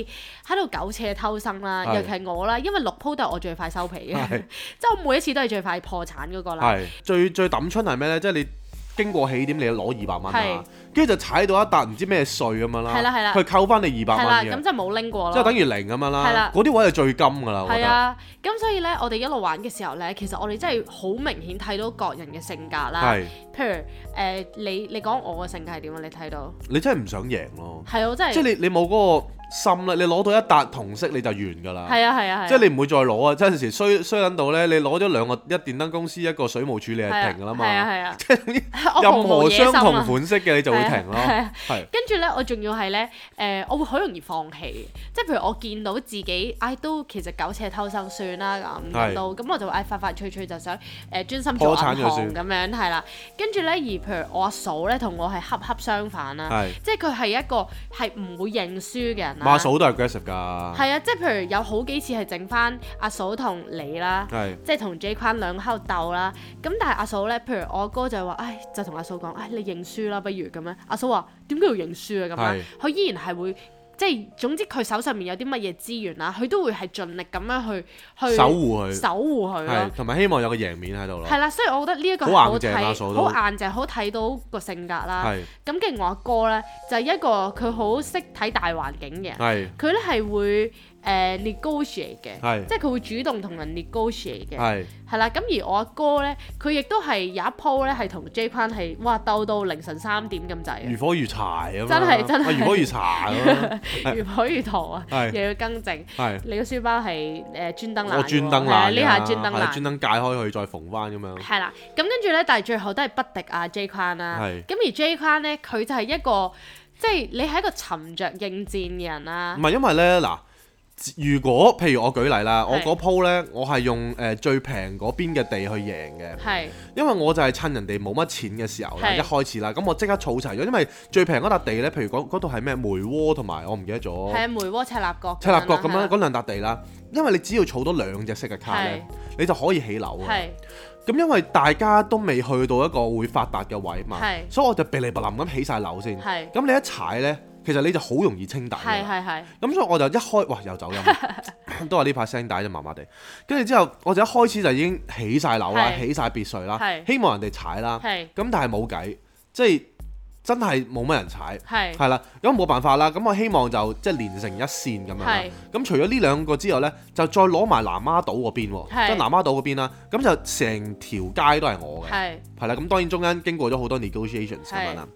Speaker 3: 喺度苟且偷生啦，
Speaker 1: 係
Speaker 3: 尤其係我啦，因為六鋪都係我最快收皮嘅，
Speaker 1: 係
Speaker 3: 即係我每一次都係最快破產嗰個啦。
Speaker 1: 係最最抌春係咩咧？即係你經過起點，你要攞二百蚊
Speaker 3: 係
Speaker 1: 啊，跟住就踩到一笪唔知咩税咁樣啦。
Speaker 3: 係啦係啦
Speaker 1: 佢扣翻你二百
Speaker 3: 係啦，
Speaker 1: 蚊
Speaker 3: 咁
Speaker 1: 嘅，
Speaker 3: 就冇拎過
Speaker 1: 即係
Speaker 3: 咯
Speaker 1: 等。於零咁樣
Speaker 3: 係
Speaker 1: 啦
Speaker 3: 啦。
Speaker 1: 嗰啲位係最金㗎啦，我覺
Speaker 3: 係
Speaker 1: 得。
Speaker 3: 啊，咁所以呢，我哋一路玩嘅時候呢，其實我哋真係好明顯睇到各人嘅性格啦。
Speaker 1: 係
Speaker 3: 譬如誒、呃你你講我嘅性格係點啊？你睇到
Speaker 1: 你真係唔想贏咯，
Speaker 3: 係我真
Speaker 1: 即係
Speaker 3: 係
Speaker 1: 你你冇嗰個深啦，你攞到一笪同色你就完㗎啦。
Speaker 3: 係啊係啊係。
Speaker 1: 即係你唔會再攞啊！即係有時衰衰撚到咧，你攞咗兩個一電燈公司一個水務處，你
Speaker 3: 係啊
Speaker 1: 係停㗎啦嘛。
Speaker 3: 係啊 係啊。
Speaker 1: 即係總之
Speaker 3: 我毫
Speaker 1: 任
Speaker 3: 無
Speaker 1: 何
Speaker 3: 野心
Speaker 1: 相同
Speaker 3: 啊。
Speaker 1: 款式嘅你就會停咯
Speaker 3: 係啊係啊。
Speaker 1: 係
Speaker 3: 跟住咧，我仲要係咧，誒、我會好容易放棄嘅，即係譬如我見到自己，唉、都其實苟且偷生算啦咁
Speaker 1: 係
Speaker 3: 咁都，咁我就唉快快脆脆就想誒、呃專心
Speaker 1: 破
Speaker 3: 做銀
Speaker 1: 產
Speaker 3: 行
Speaker 1: 就算
Speaker 3: 咁樣係啦。跟住咧，而譬如我阿嫂咧同我係恰恰相反啦，
Speaker 1: 係。
Speaker 3: 即係佢係一個係唔會認輸嘅人啦。
Speaker 1: 馬嫂都係 aggressive 㗎。
Speaker 3: 係啊，即係譬如有好幾次係整翻阿嫂同你啦。
Speaker 1: 係。
Speaker 3: 即係同 J 坤兩個喺度鬥啦。咁但係阿嫂咧，譬如我哥就係話，唉，就同阿嫂講，唉，你認輸啦，不如咁樣。阿嫂話點解要認輸啊？咁
Speaker 1: 係
Speaker 3: 樣，佢依然係會。即係總之，佢手上面有啲乜嘢資源啦，佢都會係盡力咁樣去去
Speaker 1: 守護佢
Speaker 3: 守護佢
Speaker 1: 係
Speaker 3: 咯。
Speaker 1: 同埋希望有個贏面喺度咯。
Speaker 3: 係啦，所以我覺得呢一個係
Speaker 1: 好
Speaker 3: 好
Speaker 1: 硬淨啊阿
Speaker 3: 睇，
Speaker 1: 嫂都
Speaker 3: 好硬淨，好睇到個性格啦。
Speaker 1: 係
Speaker 3: 咁跟住我阿哥咧，就係、一個佢好識睇大環境嘅人，
Speaker 1: 係
Speaker 3: 佢咧係會誒、呃
Speaker 1: 係
Speaker 3: negotiate 嘅，即係佢會主動同人 negotiate 嘅。
Speaker 1: 係
Speaker 3: 係啦，咁而我阿哥咧，佢亦都係有一鋪咧係同 J 坤係哇鬥到凌晨三點咁滯啊
Speaker 1: 如火如柴咁樣。
Speaker 3: 真係真係
Speaker 1: 啊如火如茶咁 樣。
Speaker 3: 啊，如火如荼啊，
Speaker 1: 係
Speaker 3: 又要更正。
Speaker 1: 係。
Speaker 3: 你個書包係誒專登爛嘅喎，
Speaker 1: 我專登
Speaker 3: 係啊
Speaker 1: 爛㗎
Speaker 3: 呢下專登
Speaker 1: 係啊專
Speaker 3: 爛。
Speaker 1: 登解開佢再縫翻咁樣。
Speaker 3: 係啦，咁跟住咧，但係最後都係不敵啊 J 坤啦。
Speaker 1: 係
Speaker 3: 咁而 J 坤咧，佢就係一個即係你係一個沉着應戰嘅人啊啦
Speaker 1: 唔。係因為咧嗱，如果譬如我舉例啦，我
Speaker 3: 係
Speaker 1: 嗰鋪咧，我係用誒最平嗰邊嘅地去贏嘅，
Speaker 3: 係
Speaker 1: 因為我就係趁人哋冇乜錢嘅時候啦，
Speaker 3: 係
Speaker 1: 一開始啦，咁我即刻儲齊咗，因為最平嗰笪地咧，譬如嗰嗰度係咩梅窩同埋我唔記得咗
Speaker 3: 係啊，梅窩赤鱲角
Speaker 1: 哦赤鱲角咁
Speaker 3: 啦
Speaker 1: 樣
Speaker 3: 啊
Speaker 1: 嗰兩笪地啦，因為你只要儲到兩隻色嘅卡咧，你就可以起樓
Speaker 3: 係
Speaker 1: 啊。
Speaker 3: 係
Speaker 1: 咁因為大家都未去到一個會發達嘅位嘛
Speaker 3: 係，
Speaker 1: 所以我就鼻嚟鼻淋咁起晒樓先。
Speaker 3: 係
Speaker 1: 咁你一踩咧，其實你就好容易清底㗎啦
Speaker 3: 係係係
Speaker 1: 咁所以我就一開，哇又走 音，都話呢排聲帶就麻麻地。跟住之後，我就一開始就已經起晒樓啦，
Speaker 3: 係
Speaker 1: 起晒別墅啦，
Speaker 3: 係
Speaker 1: 希望人哋踩啦。
Speaker 3: 係
Speaker 1: 咁但係冇計，即係真係冇乜人踩，
Speaker 3: 係
Speaker 1: 係啦。咁冇辦法啦。咁我希望就即係連成一線咁樣啦
Speaker 3: 係。
Speaker 1: 咁除咗呢兩個之後呢，就再攞埋南丫島嗰邊喎，
Speaker 3: 係
Speaker 1: 即係南丫島嗰邊啦。咁就成條街都係啊我嘅。
Speaker 3: 係
Speaker 1: 係啦，咁當然中間經過咗好多 negotiations 咁樣啦。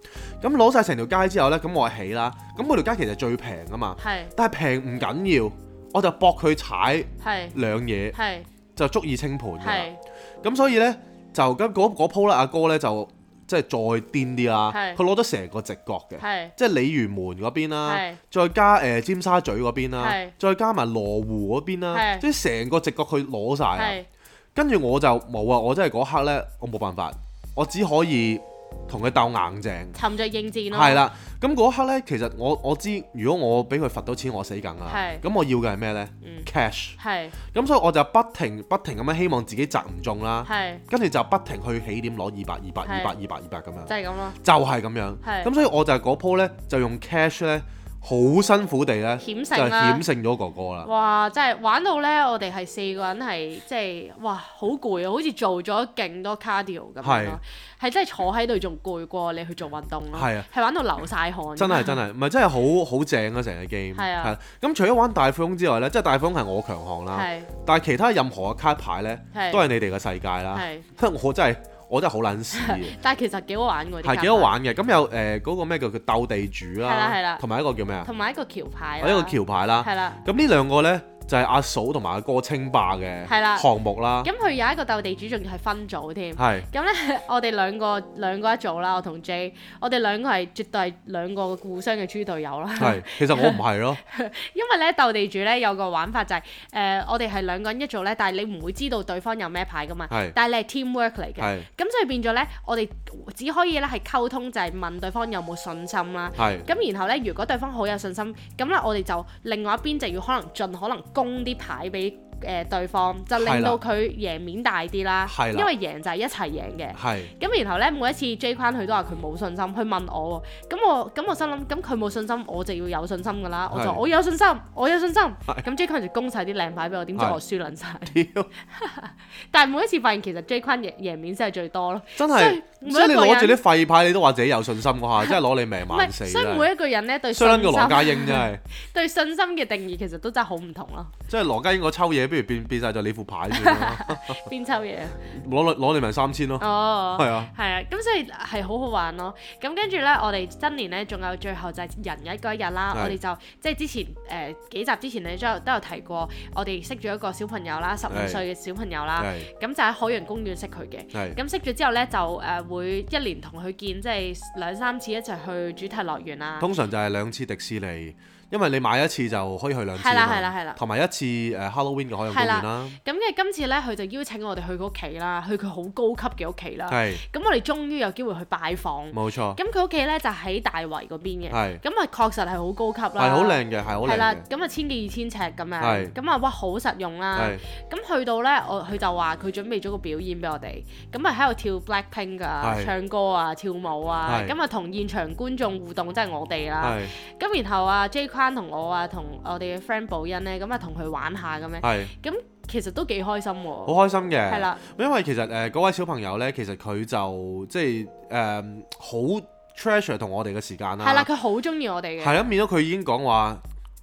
Speaker 1: 咁攞晒成條街之後呢，咁我係起啦。咁嗰條街其實最平啊嘛，
Speaker 3: 係
Speaker 1: 但係平唔緊要，我就搏佢踩
Speaker 3: 係
Speaker 1: 兩嘢
Speaker 3: 係
Speaker 1: 就足以清盤㗎啦。
Speaker 3: 係。
Speaker 1: 咁所以呢，就咁嗰嗰鋪啦，阿哥呢就即係再癲啲啦，
Speaker 3: 係
Speaker 1: 佢攞咗成個直角嘅，
Speaker 3: 係
Speaker 1: 即係鯉魚門嗰邊啦
Speaker 3: 係，
Speaker 1: 再加誒、呃尖沙咀嗰邊啦
Speaker 3: 係，
Speaker 1: 再加埋羅湖嗰邊啦，
Speaker 3: 係
Speaker 1: 即係成個直角佢攞晒啊。
Speaker 3: 係
Speaker 1: 跟住我就冇啊！我真係嗰刻呢，我冇辦法，我只可以同佢鬥硬淨。
Speaker 3: 沉着應戰咯，
Speaker 1: 係啦，咁嗰刻呢，其實我我知，如果我俾佢罰到錢，我死梗啦。
Speaker 3: 係
Speaker 1: 咁我要嘅係咩呢
Speaker 3: 嗯
Speaker 1: c a s
Speaker 3: 係
Speaker 1: h 咁所以我就不停不停咁樣希望自己擲唔中啦，
Speaker 3: 係
Speaker 1: 跟住就不停去起點攞二百、二百、二百、
Speaker 3: 係
Speaker 1: 二百、二百咁樣
Speaker 3: 就，係咁咯，
Speaker 1: 就係咁樣。
Speaker 3: 係
Speaker 1: 咁所以我就嗰鋪呢，就用 cash 呢，好辛苦地呢，就
Speaker 3: 險勝啦
Speaker 1: 險勝咗哥哥啦。
Speaker 3: 哇！真係玩到咧，我哋係四個人係即係哇，好攰啊，好似做咗勁多 cardio 咁樣咯，係真係坐喺度仲攰過你去做運動咯，
Speaker 1: 係啊，
Speaker 3: 係玩到流晒汗，
Speaker 1: 真係真係，唔係真係好好正啊！成個 game
Speaker 3: 係啊
Speaker 1: 啦咁除咗玩大富翁之外呢，即係大富翁係我強項啦，
Speaker 3: 係
Speaker 1: 但係其他任何嘅卡牌呢，
Speaker 3: 係
Speaker 1: 都係你哋嘅世界啦。
Speaker 3: 係，
Speaker 1: 我真係我真係好撚 屎嘅，
Speaker 3: 但係其實幾好玩嗰啲，
Speaker 1: 係幾好，玩嘅。咁有誒嗰個咩叫叫鬥地主
Speaker 3: 嗯係啦係
Speaker 1: 啦
Speaker 3: 啦，
Speaker 1: 同埋一個叫咩啊？
Speaker 3: 同埋一個橋牌，
Speaker 1: 一個，橋牌啦。
Speaker 3: 係啦。
Speaker 1: 咁呢兩個呢，就係阿嫂同埋阿哥稱霸嘅
Speaker 3: 係啦
Speaker 1: 項目啦，
Speaker 3: 咁佢有一個鬥地主，仲要係分組添。
Speaker 1: 係
Speaker 3: 咁咧， 我哋兩個兩個一組啦，我同 J，我哋兩個係絕對係兩個互相嘅豬隊友啦。
Speaker 1: 係。其實我唔係 咯，
Speaker 3: 因為咧鬥地主咧有個玩法就係、呃我哋係兩個人一組咧，但係你唔會知道對方有咩牌噶嘛
Speaker 1: 係。
Speaker 3: 但係你係 teamwork 嚟嘅，
Speaker 1: 係
Speaker 3: 咁所以變咗咧，我哋只可以咧係溝通，就係、問對方有冇信心啦。
Speaker 1: 係
Speaker 3: 咁然後咧，如果對方好有信心，咁咧我哋就另外一邊就要可能盡可能供啲牌俾誒、呃、對方，就
Speaker 1: 係
Speaker 3: 令
Speaker 1: 啦
Speaker 3: 到佢贏面大啲啦。
Speaker 1: 係啦
Speaker 3: 因為贏就係一齊贏嘅。
Speaker 1: 係
Speaker 3: 咁然後咧，每一次 J 框佢都話佢冇信心，佢問我喎，咁我咁我心諗，咁佢冇信心，我就要有信心噶啦，我就
Speaker 1: 係
Speaker 3: 話我有信心，我有信心，咁 J 框就供晒啲靚牌俾我，點知
Speaker 1: 係
Speaker 3: 我輸撚晒。
Speaker 1: 屌
Speaker 3: 但係每一次發現其實 J 框贏贏面先係最多咯，
Speaker 1: 真
Speaker 3: 所以
Speaker 1: 係，
Speaker 3: 每一
Speaker 1: 所以你
Speaker 3: 個
Speaker 1: 攞住
Speaker 3: 人
Speaker 1: 啲廢牌，你都話自己有信心嗰下，真係攞你命
Speaker 3: 唔
Speaker 1: 萬死
Speaker 3: 係，所
Speaker 1: 真
Speaker 3: 以
Speaker 1: 係
Speaker 3: 每一個人咧對信
Speaker 1: 衰撚過羅
Speaker 3: 心
Speaker 1: 家英真係，
Speaker 3: 對信心嘅定義其實都真係好唔同咯，
Speaker 1: 即係羅家英嗰抽嘢嘢，不如變變曬就你副牌算 啦，
Speaker 3: 邊抽嘢？啊
Speaker 1: 攞攞你咪三千咯，
Speaker 3: 哦，
Speaker 1: 係啊，
Speaker 3: 係啊，咁所以係好好玩咯。咁跟住呢，我哋新年呢，仲有最後就係人日嗰一日啦。
Speaker 1: 係
Speaker 3: 我哋就即係之前誒、呃、幾集之前你都有都有提過，我哋識咗一個小朋友啦，十五
Speaker 1: 係
Speaker 3: 歲嘅小朋友啦。
Speaker 1: 係
Speaker 3: 咁就喺海洋公園識佢嘅。
Speaker 1: 係
Speaker 3: 咁識咗之後呢，就誒、呃、會一年同佢見，即係兩三次一齊去主題樂園啊。
Speaker 1: 通常就係兩次迪士尼，因為你買一次就可以去兩次
Speaker 3: 係啦
Speaker 1: 啊嘛
Speaker 3: 係啦係啦
Speaker 1: 同埋一次誒 Halloween 嘅海洋公園啦，
Speaker 3: 咁嘅今次呢，佢就邀請我哋去佢屋企啦，去佢好高級嘅屋企啦。
Speaker 1: 係
Speaker 3: 咁我哋終於有機會去拜訪。
Speaker 1: 冇錯，
Speaker 3: 咁佢屋企咧就喺大圍嗰邊嘅，
Speaker 1: 係
Speaker 3: 咁啊確實係好高級啦，
Speaker 1: 係好，靚嘅，係好靚
Speaker 3: 啦
Speaker 1: 嘅，，
Speaker 3: 咁啊千幾二千尺咁樣，
Speaker 1: 係
Speaker 3: 咁啊哇好實用啦
Speaker 1: 係，
Speaker 3: 咁去到咧我佢就話佢準備咗個表演俾我哋，咁啊喺度跳 Blackpink 噶，
Speaker 1: 係
Speaker 3: 唱歌啊跳舞啊，
Speaker 1: 係
Speaker 3: 咁啊同現場觀眾互動即係我哋啦，
Speaker 1: 係
Speaker 3: 咁然後啊 J 框同我啊同我哋嘅 friend 寶欣咧，咁啊同佢玩下咁樣，
Speaker 1: 係
Speaker 3: 咁其實都幾開心喎，
Speaker 1: 好開心嘅，
Speaker 3: 係啦，
Speaker 1: 因為其實誒嗰、位小朋友呢，其實佢就即係誒好 treasure 同我哋嘅時間啦。
Speaker 3: 係啦，佢好中意我哋嘅，
Speaker 1: 係啦，變咗佢已經講話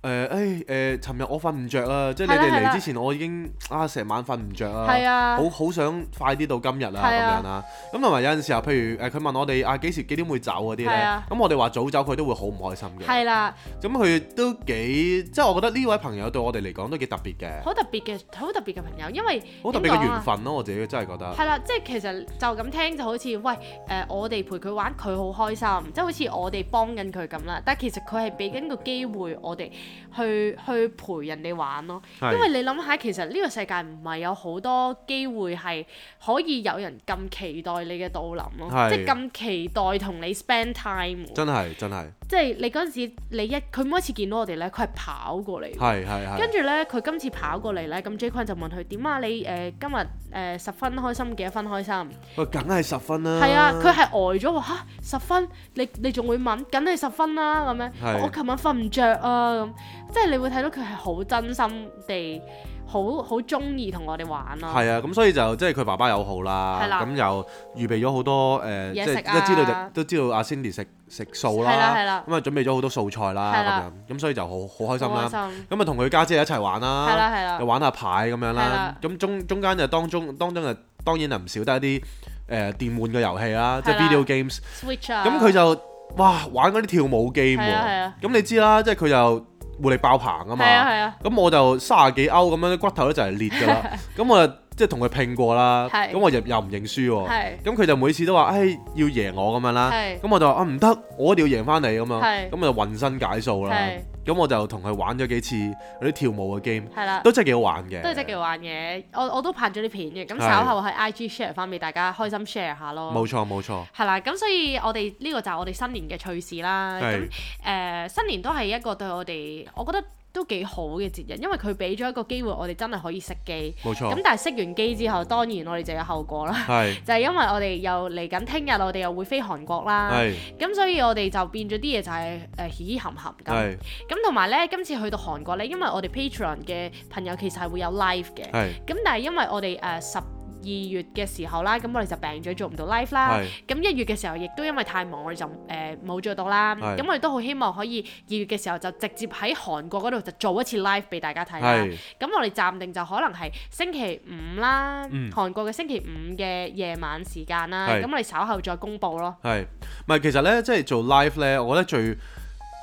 Speaker 1: 誒誒誒，尋、日我瞓唔着啊！即係
Speaker 3: 係啦
Speaker 1: 你哋
Speaker 3: 係啦
Speaker 1: 嚟之前，我已經啊成晚瞓唔着啊。
Speaker 3: 係啊
Speaker 1: 好好想快啲到今日啦，咁
Speaker 3: 係啊
Speaker 1: 樣啦。咁同埋有陣時候，譬如誒，佢問我哋啊幾時幾點會走嗰啲
Speaker 3: 係
Speaker 1: 呢
Speaker 3: 啊？
Speaker 1: 咁我哋話早走，佢都會好唔開心嘅。
Speaker 3: 係啦。
Speaker 1: 咁佢都幾，即係我覺得呢位朋友對我哋嚟講都幾特別嘅，
Speaker 3: 好特別嘅，好特別嘅朋友，因為
Speaker 1: 好特別
Speaker 3: 點講
Speaker 1: 嘅
Speaker 3: 啊
Speaker 1: 緣分咯。我自己真係覺得
Speaker 3: 係啦，即係其實就咁聽就好似喂誒、呃我哋陪佢玩，佢好開心，即係好似我哋幫緊佢咁啦。但係其實佢係俾緊個機會我哋去去陪人哋玩咯。因
Speaker 1: 係
Speaker 3: 為你諗下，其實呢個世界唔係有好多機會係可以有人咁期待你嘅到臨咯，
Speaker 1: 係
Speaker 3: 即係咁期待同你 spend time 喎。
Speaker 1: 真係真係
Speaker 3: 即係你嗰陣時，你一佢每一次見到我哋咧，佢係跑過嚟喎。
Speaker 1: 係係係
Speaker 3: 跟。住咧，佢今次跑過嚟咧，咁 J 君就問佢點啊？你誒、呃今日誒十分開心，幾多分開心？
Speaker 1: 喂，梗係十分啦。
Speaker 3: 係啊，佢係呆咗話嚇十分，你你仲會問？梗係十分啦咁樣。
Speaker 1: 係
Speaker 3: 我琴晚瞓唔着啊咁，即係你會睇到佢係好真心地，好好中意同我哋玩咯。
Speaker 1: 係啊，咁所以就即係佢爸爸有好
Speaker 3: 係啦
Speaker 1: 啦，咁又預備咗好多呃誒，即
Speaker 3: 嘢
Speaker 1: 係
Speaker 3: 食啊
Speaker 1: 一知道就都知道阿 Cindy 食食素
Speaker 3: 係啦
Speaker 1: 啦
Speaker 3: 係啦，
Speaker 1: 咁啊準備咗好多素菜
Speaker 3: 係啦
Speaker 1: 啦咁樣，咁所以就好好開心
Speaker 3: 好開
Speaker 1: 啦。
Speaker 3: 心。
Speaker 1: 咁啊同佢家姐一齊玩
Speaker 3: 係
Speaker 1: 啦，
Speaker 3: 啦係
Speaker 1: 又
Speaker 3: 啦，
Speaker 1: 玩下牌咁樣
Speaker 3: 係
Speaker 1: 啦
Speaker 3: 啦。
Speaker 1: 咁中中間就當中當中就當然係唔少得一啲誒電玩嘅遊戲啦，即係
Speaker 3: 係啦
Speaker 1: video games。
Speaker 3: Switch 啊。
Speaker 1: 咁佢就哇玩嗰啲跳舞 game
Speaker 3: 係啊係
Speaker 1: 喎
Speaker 3: 啊，
Speaker 1: 咁你知啦，即係佢就活力爆棚啊
Speaker 3: 係啊
Speaker 1: 嘛。
Speaker 3: 係啊，
Speaker 1: 咁我就三十幾歐咁樣，骨頭咧就嚟裂㗎 啦。咁我就即係同佢拼過啦。
Speaker 3: 係
Speaker 1: 咁我又又唔認輸喎。
Speaker 3: 係
Speaker 1: 咁佢就每次都話：，唉，要贏我咁樣啦。
Speaker 3: 係
Speaker 1: 咁我哦就話：啊，唔得，我一定要贏翻你咁樣。
Speaker 3: 係
Speaker 1: 咁我就渾身解數啦
Speaker 3: 係。
Speaker 1: 咁我就同佢玩咗幾次嗰啲跳舞嘅 game，
Speaker 3: 係啦。
Speaker 1: 都真係幾好玩嘅。
Speaker 3: 啊都係真係幾好玩嘅，我我都拍咗啲片嘅，咁
Speaker 1: 係
Speaker 3: 稍後喺 IG share 翻俾大家開心 share 下咯。
Speaker 1: 冇錯冇錯，
Speaker 3: 係啦，咁所以我哋呢個就係我哋新年嘅趣事啦。咁
Speaker 1: 係
Speaker 3: 誒、呃新年都係一個對我哋，我覺得都幾好嘅節日，因為佢俾咗一個機會，我哋真係可以熄機。
Speaker 1: 冇
Speaker 3: 咁
Speaker 1: 錯，
Speaker 3: 但係熄完機之後，當然我哋就有後果啦。
Speaker 1: 係
Speaker 3: 就係因為我哋又嚟緊，聽日我哋又會飛韓國啦。
Speaker 1: 係
Speaker 3: 咁所以我哋就變咗啲嘢就係誒嘻嘻含含咁。
Speaker 1: 係
Speaker 3: 咁同埋咧，今次去到韓國咧，因為我哋 Patreon 嘅朋友其實係會有 live 嘅。
Speaker 1: 係
Speaker 3: 咁但係因為我哋誒十二月嘅時候啦，咁我哋就病咗做唔到 live 啦。
Speaker 1: 係
Speaker 3: 咁一月嘅時候，亦都因為太忙，我哋就誒呃冇、做到啦。
Speaker 1: 係
Speaker 3: 咁我哋都好希望可以二月嘅時候就直接喺韓國嗰度就做一次 live 俾大家睇啦。
Speaker 1: 係
Speaker 3: 咁我哋暫定就可能係星期五啦，
Speaker 1: 嗯
Speaker 3: 韓國嘅星期五嘅夜晚時間啦。
Speaker 1: 係
Speaker 3: 咁我哋稍後再公佈咯。
Speaker 1: 係，唔係其實咧，即係做 live 咧，我覺得最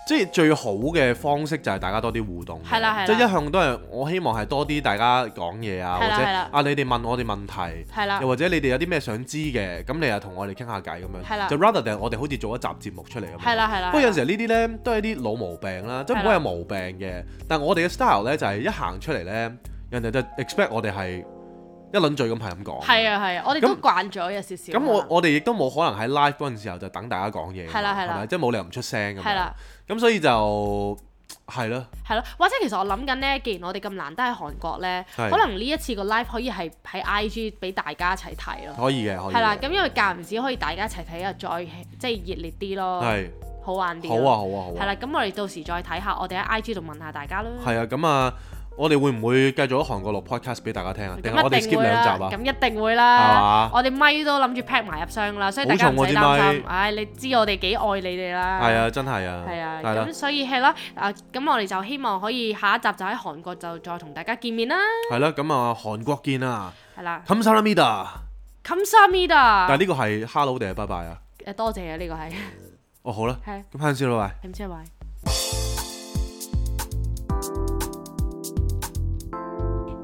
Speaker 1: 即係最好嘅方式就係大家多啲互動嘅，
Speaker 3: 係啦係啦
Speaker 1: 即係一向都係我希望係多啲大家講嘢啊，
Speaker 3: 係
Speaker 1: 或
Speaker 3: 啦
Speaker 1: 者
Speaker 3: 係啦
Speaker 1: 啊你哋問我哋問題。
Speaker 3: 係啦
Speaker 1: 又，或者你哋有啲咩想知嘅，咁你又同我哋傾下偈咁
Speaker 3: 係啦
Speaker 1: 樣，就 rather than 我哋好似做一集節目出嚟咁樣。
Speaker 3: 係啦係啦。
Speaker 1: 不過有陣時呢啲呢都係啲老毛病啦，即係唔好
Speaker 3: 係啦
Speaker 1: 有毛病嘅。但係我哋嘅 style 呢，就係一行出嚟呢，人哋就 expect 我哋係一輪嘴咁係咁講。
Speaker 3: 係啊係啊，我哋都
Speaker 1: 咁
Speaker 3: 慣咗有少少啦。
Speaker 1: 咁我我哋亦都冇可能喺 live 嗰陣時候就等大家講嘢㗎嘛，
Speaker 3: 係啦係啦
Speaker 1: 係咪？即係冇理由唔出聲咁
Speaker 3: 係
Speaker 1: 樣。
Speaker 3: 啦。
Speaker 1: 咁所以就係咯，
Speaker 3: 係咯，或者其實我諗緊呢，既然我哋咁難得喺韓國呢，
Speaker 1: 係
Speaker 3: 可能呢一次個 live 可以係喺 IG 俾大家一齊睇咯。
Speaker 1: 可以嘅，可以嘅。
Speaker 3: 係啦，咁因為間唔時可以大家一齊睇又再即係熱烈啲咯，
Speaker 1: 係
Speaker 3: 好玩啲。
Speaker 1: 好啊，！好啊，好
Speaker 3: 係
Speaker 1: 啊。
Speaker 3: 啦，咁我哋到時再睇下，我哋喺 IG 度問下大家咯。
Speaker 1: 係啊，咁啊，我哋會唔會繼續喺韓國錄 podcast 俾大家聽啊？定係我
Speaker 3: 咁
Speaker 1: 哋
Speaker 3: 一定
Speaker 1: skip
Speaker 3: 會啦
Speaker 1: 兩，集啊？
Speaker 3: 咁一定會
Speaker 1: 係
Speaker 3: 啦
Speaker 1: 嘛。
Speaker 3: 我哋咪都諗住 pack 埋入箱啦，所以
Speaker 1: 好
Speaker 3: 大家
Speaker 1: 重
Speaker 3: 唔
Speaker 1: 喎
Speaker 3: 使
Speaker 1: 支
Speaker 3: 擔
Speaker 1: 咪。
Speaker 3: 心唉，你知我哋幾愛你哋啦。
Speaker 1: 係啊，真係啊，
Speaker 3: 係啊，
Speaker 1: 係啦
Speaker 3: 咁，所以係啦，啊咁我哋就希望可以下一集就喺韓國就再同大家見面啦，
Speaker 1: 係啦，咁啊，韓國見啊
Speaker 3: 係啦
Speaker 1: c o m e s a r a m i d a
Speaker 3: c o m e s a m i d
Speaker 1: 但係
Speaker 3: a
Speaker 1: 呢個係 hello 定係 bye bye 啊？
Speaker 3: 誒多謝啊呢個係，
Speaker 1: 哦，好啦，
Speaker 3: 係
Speaker 1: 咁慳先啦，拜。
Speaker 3: 點知係咪？